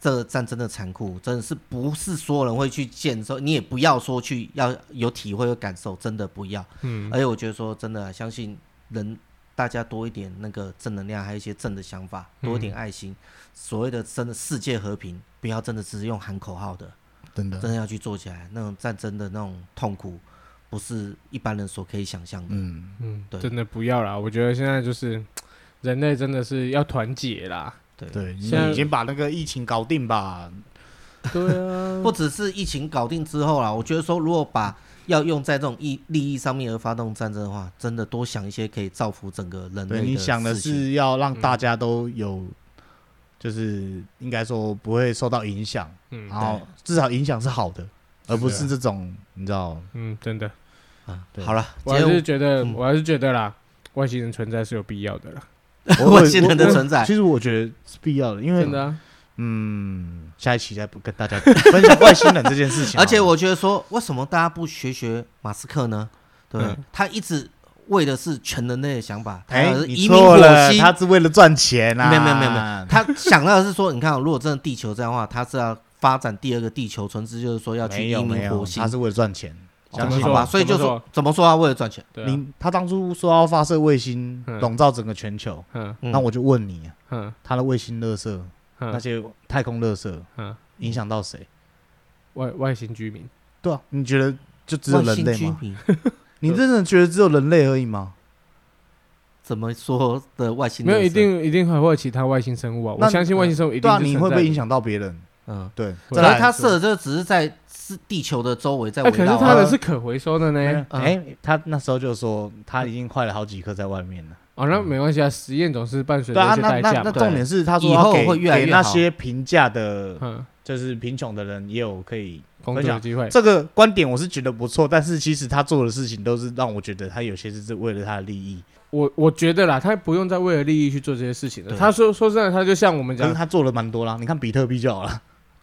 Speaker 2: 这个战争的残酷真的是不是所有人会去见受，你也不要说去要有体会和感受，真的不要。
Speaker 3: 嗯
Speaker 2: 而且我觉得说真的，啊相信人大家多一点那个正能量，还有一些正的想法，
Speaker 3: 嗯
Speaker 2: 多一点爱心，所谓的真的世界和平，不要真的只是用喊口号的，
Speaker 1: 真
Speaker 3: 嗯
Speaker 1: 的
Speaker 2: 真的要去做起来。那种战争的那种痛苦，不是一般人所可以想象的。
Speaker 1: 嗯。
Speaker 3: 嗯
Speaker 2: 对，
Speaker 3: 真的不要啦，我觉得现在就是人类真的是要团结啦，
Speaker 2: 对，
Speaker 1: 对，你
Speaker 3: 现在
Speaker 1: 先把那个疫情搞定吧。
Speaker 3: 对啊，
Speaker 2: 不只是疫情搞定之后啦，我觉得说如果把要用在这种利利益上面而发动战争的话，真的多想一些可以造福整个人类
Speaker 1: 对，你想的
Speaker 2: 事情。
Speaker 1: 是要让大家都有，就是应该说不会受到影响，
Speaker 3: 嗯
Speaker 1: 然后至少影响是好的，而不
Speaker 3: 是
Speaker 1: 是
Speaker 3: 啊
Speaker 1: 这种你知道。
Speaker 3: 嗯，真的，
Speaker 2: 啊
Speaker 1: 对
Speaker 2: 好了，
Speaker 3: 我还是
Speaker 2: 结
Speaker 3: 觉得，
Speaker 2: 嗯
Speaker 3: 我还是觉得啦，外星人存在是有必要的啦，
Speaker 2: 果外星人的存在
Speaker 1: 其实我觉得是必要的，因为
Speaker 3: 真的啊，
Speaker 1: 嗯，下一期再不跟大家分享外星人这件
Speaker 3: 啊
Speaker 1: 事情好啊了。
Speaker 2: 而且我觉得说，为什么大家不学学马斯克呢？对不对，他一直为的是全人类的想法，
Speaker 1: 嗯
Speaker 2: 他
Speaker 1: 哎
Speaker 2: 要，是
Speaker 1: 你
Speaker 2: 呃移民
Speaker 1: 错
Speaker 2: 火
Speaker 1: 了，
Speaker 2: 星，
Speaker 1: 他是为了赚钱啊！
Speaker 2: 没有没有没有没有，他想到的是说，你看哦，如果真的地球这样的话，他是要发展第二个地球村，只就是说要去
Speaker 1: 没
Speaker 2: 移
Speaker 1: 有没
Speaker 2: 民
Speaker 1: 有
Speaker 2: 火，星
Speaker 1: 他，是为了赚钱。
Speaker 3: 怎
Speaker 1: 相
Speaker 3: 么
Speaker 1: 信
Speaker 2: 好
Speaker 3: 说
Speaker 2: 吧？所以就
Speaker 3: 怎么
Speaker 2: 说怎么说啊？为了赚钱，
Speaker 3: 对啊，
Speaker 1: 你他当初说要发射卫星
Speaker 3: 嗯
Speaker 1: 笼罩整个全球，
Speaker 3: 嗯
Speaker 2: 嗯
Speaker 1: 那我就问你，
Speaker 3: 嗯
Speaker 1: 他的卫星垃圾、那
Speaker 3: 嗯
Speaker 1: 些太空垃圾
Speaker 3: 嗯，
Speaker 1: 影响到谁？
Speaker 3: 外外星居民，
Speaker 1: 对啊，你觉得就只有
Speaker 2: 外
Speaker 1: 人
Speaker 2: 星
Speaker 1: 类
Speaker 2: 居
Speaker 1: 吗？
Speaker 2: 民
Speaker 1: 你真的觉得只有人类而已吗？
Speaker 2: 怎么说的外星？
Speaker 3: 没有，一，定一定还会有其他外星生物啊！
Speaker 1: 那
Speaker 3: 我相信外星生物一定
Speaker 1: 对啊，
Speaker 3: 是
Speaker 1: 你
Speaker 3: 存
Speaker 1: 会不
Speaker 3: 在
Speaker 1: 会
Speaker 3: 的
Speaker 1: 影？响到别人？
Speaker 2: 嗯，
Speaker 1: 对，
Speaker 3: 会
Speaker 1: 再
Speaker 2: 可
Speaker 1: 来
Speaker 2: 是他射的这只是在是地球的周围在围
Speaker 3: 哎，可是
Speaker 2: 绕
Speaker 3: 它
Speaker 2: 啊，
Speaker 3: 的是可回收的呢。
Speaker 2: 嗯
Speaker 1: 哎，他那时候就说他已经坏了好几颗在外面了。
Speaker 3: 哦，那没关系啊，实验总是伴随
Speaker 1: 对
Speaker 3: 着
Speaker 1: 啊
Speaker 3: 一，些
Speaker 1: 那
Speaker 3: 代
Speaker 1: 那
Speaker 3: 价
Speaker 1: 那
Speaker 3: 嘛。
Speaker 1: 重点是他说
Speaker 2: 以
Speaker 1: 要
Speaker 2: 后
Speaker 1: 给
Speaker 2: 会越来
Speaker 1: 给
Speaker 2: 越
Speaker 1: 那
Speaker 2: 好
Speaker 1: 些平价的，
Speaker 3: 嗯，
Speaker 1: 就是贫穷的人也有可以
Speaker 3: 工
Speaker 1: 分
Speaker 3: 作
Speaker 1: 享
Speaker 3: 的机会。
Speaker 1: 这个观点我是觉得不错，但是其实他做的事情都是让我觉得他有些是为了他的利益，
Speaker 3: 我我觉得啦，他不用再为了利益去做这些事情了。
Speaker 2: 对
Speaker 3: 他说说真的，他就像我们
Speaker 1: 可是
Speaker 3: 讲，
Speaker 1: 他做了蛮多啦。你看比特币就好了，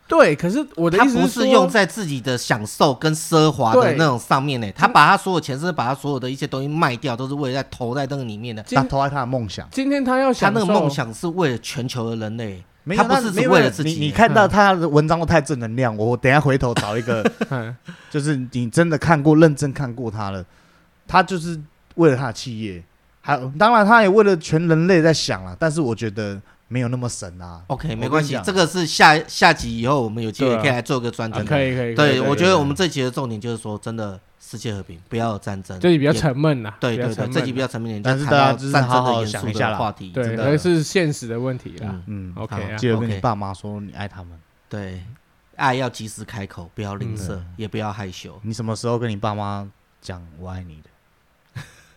Speaker 3: 对，可是我的
Speaker 2: 他
Speaker 3: 意思
Speaker 2: 不
Speaker 3: 是
Speaker 2: 是
Speaker 3: 说
Speaker 2: 用在自己的享受跟奢华的
Speaker 3: 对
Speaker 2: 那种上面呢、他把他所有钱，甚至把他所有的一些东西卖掉，都是为了在投在那个里面的。
Speaker 3: 今
Speaker 1: 他投在他的梦想，
Speaker 3: 今天他要
Speaker 2: 他
Speaker 3: 享
Speaker 2: 那个
Speaker 3: 受
Speaker 2: 梦，想是为了全球的人类，
Speaker 1: 没有
Speaker 2: 他不是
Speaker 1: 那没有
Speaker 2: 只为了
Speaker 1: 没有
Speaker 2: 自己
Speaker 1: 你你看到他的文章都太正能量，我等一下回头找一个，
Speaker 3: 嗯
Speaker 1: 就是你真的看过、认真看过他了，他就是为了他的企业，还有当然他也为了全人类在想了，但是我觉得没有那么神啊。
Speaker 2: OK，
Speaker 1: 我
Speaker 2: 没关
Speaker 1: 跟你
Speaker 2: 系，
Speaker 1: 讲
Speaker 2: 这个是下下集以后我们有机会
Speaker 3: 对啊
Speaker 2: 可以来做个专
Speaker 3: 啊
Speaker 2: 题。
Speaker 3: 可以可以，可以
Speaker 2: 对，
Speaker 3: 可以
Speaker 2: 我觉得我们这集的重点就是说，真的世界和平，不要有战争。
Speaker 3: 这集比较
Speaker 2: 也
Speaker 3: 沉闷呐，
Speaker 2: 对
Speaker 3: 比较
Speaker 2: 对对，
Speaker 3: 沉
Speaker 2: 这
Speaker 3: 闷
Speaker 2: 集比较沉闷一点，
Speaker 1: 但是
Speaker 2: 就谈到
Speaker 1: 大家就是
Speaker 2: 战争
Speaker 1: 好好
Speaker 2: 的
Speaker 1: 想
Speaker 2: 严
Speaker 1: 一
Speaker 2: 肃
Speaker 1: 下
Speaker 2: 的
Speaker 1: 啦
Speaker 2: 话题，真
Speaker 3: 对，
Speaker 2: 的
Speaker 3: 还是现实的问题啦
Speaker 1: 嗯，
Speaker 2: 嗯。
Speaker 3: OK
Speaker 2: 好
Speaker 3: 啊，
Speaker 1: 记得跟
Speaker 2: OK
Speaker 1: 你爸妈说你爱他们。
Speaker 2: 对，爱要及时开口，不要吝啬
Speaker 1: 嗯，
Speaker 2: 也不要害羞。
Speaker 1: 你什么时候跟你爸妈讲我爱你的？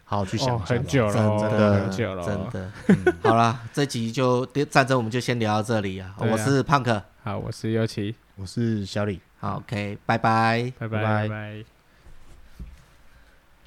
Speaker 1: 好好去想
Speaker 3: 哦，
Speaker 1: 一下吧
Speaker 3: 很久了哦，
Speaker 1: 真
Speaker 2: 的
Speaker 3: 很久了哦，
Speaker 2: 真的，好啦，这集就战争我们就先聊到这里啊。
Speaker 3: 对啊
Speaker 2: 我是胖克，
Speaker 3: 好，我是尤奇，
Speaker 1: 我是小李。
Speaker 2: 好，OK，拜拜。
Speaker 3: 拜
Speaker 1: 拜
Speaker 3: 拜
Speaker 1: 拜
Speaker 3: 拜。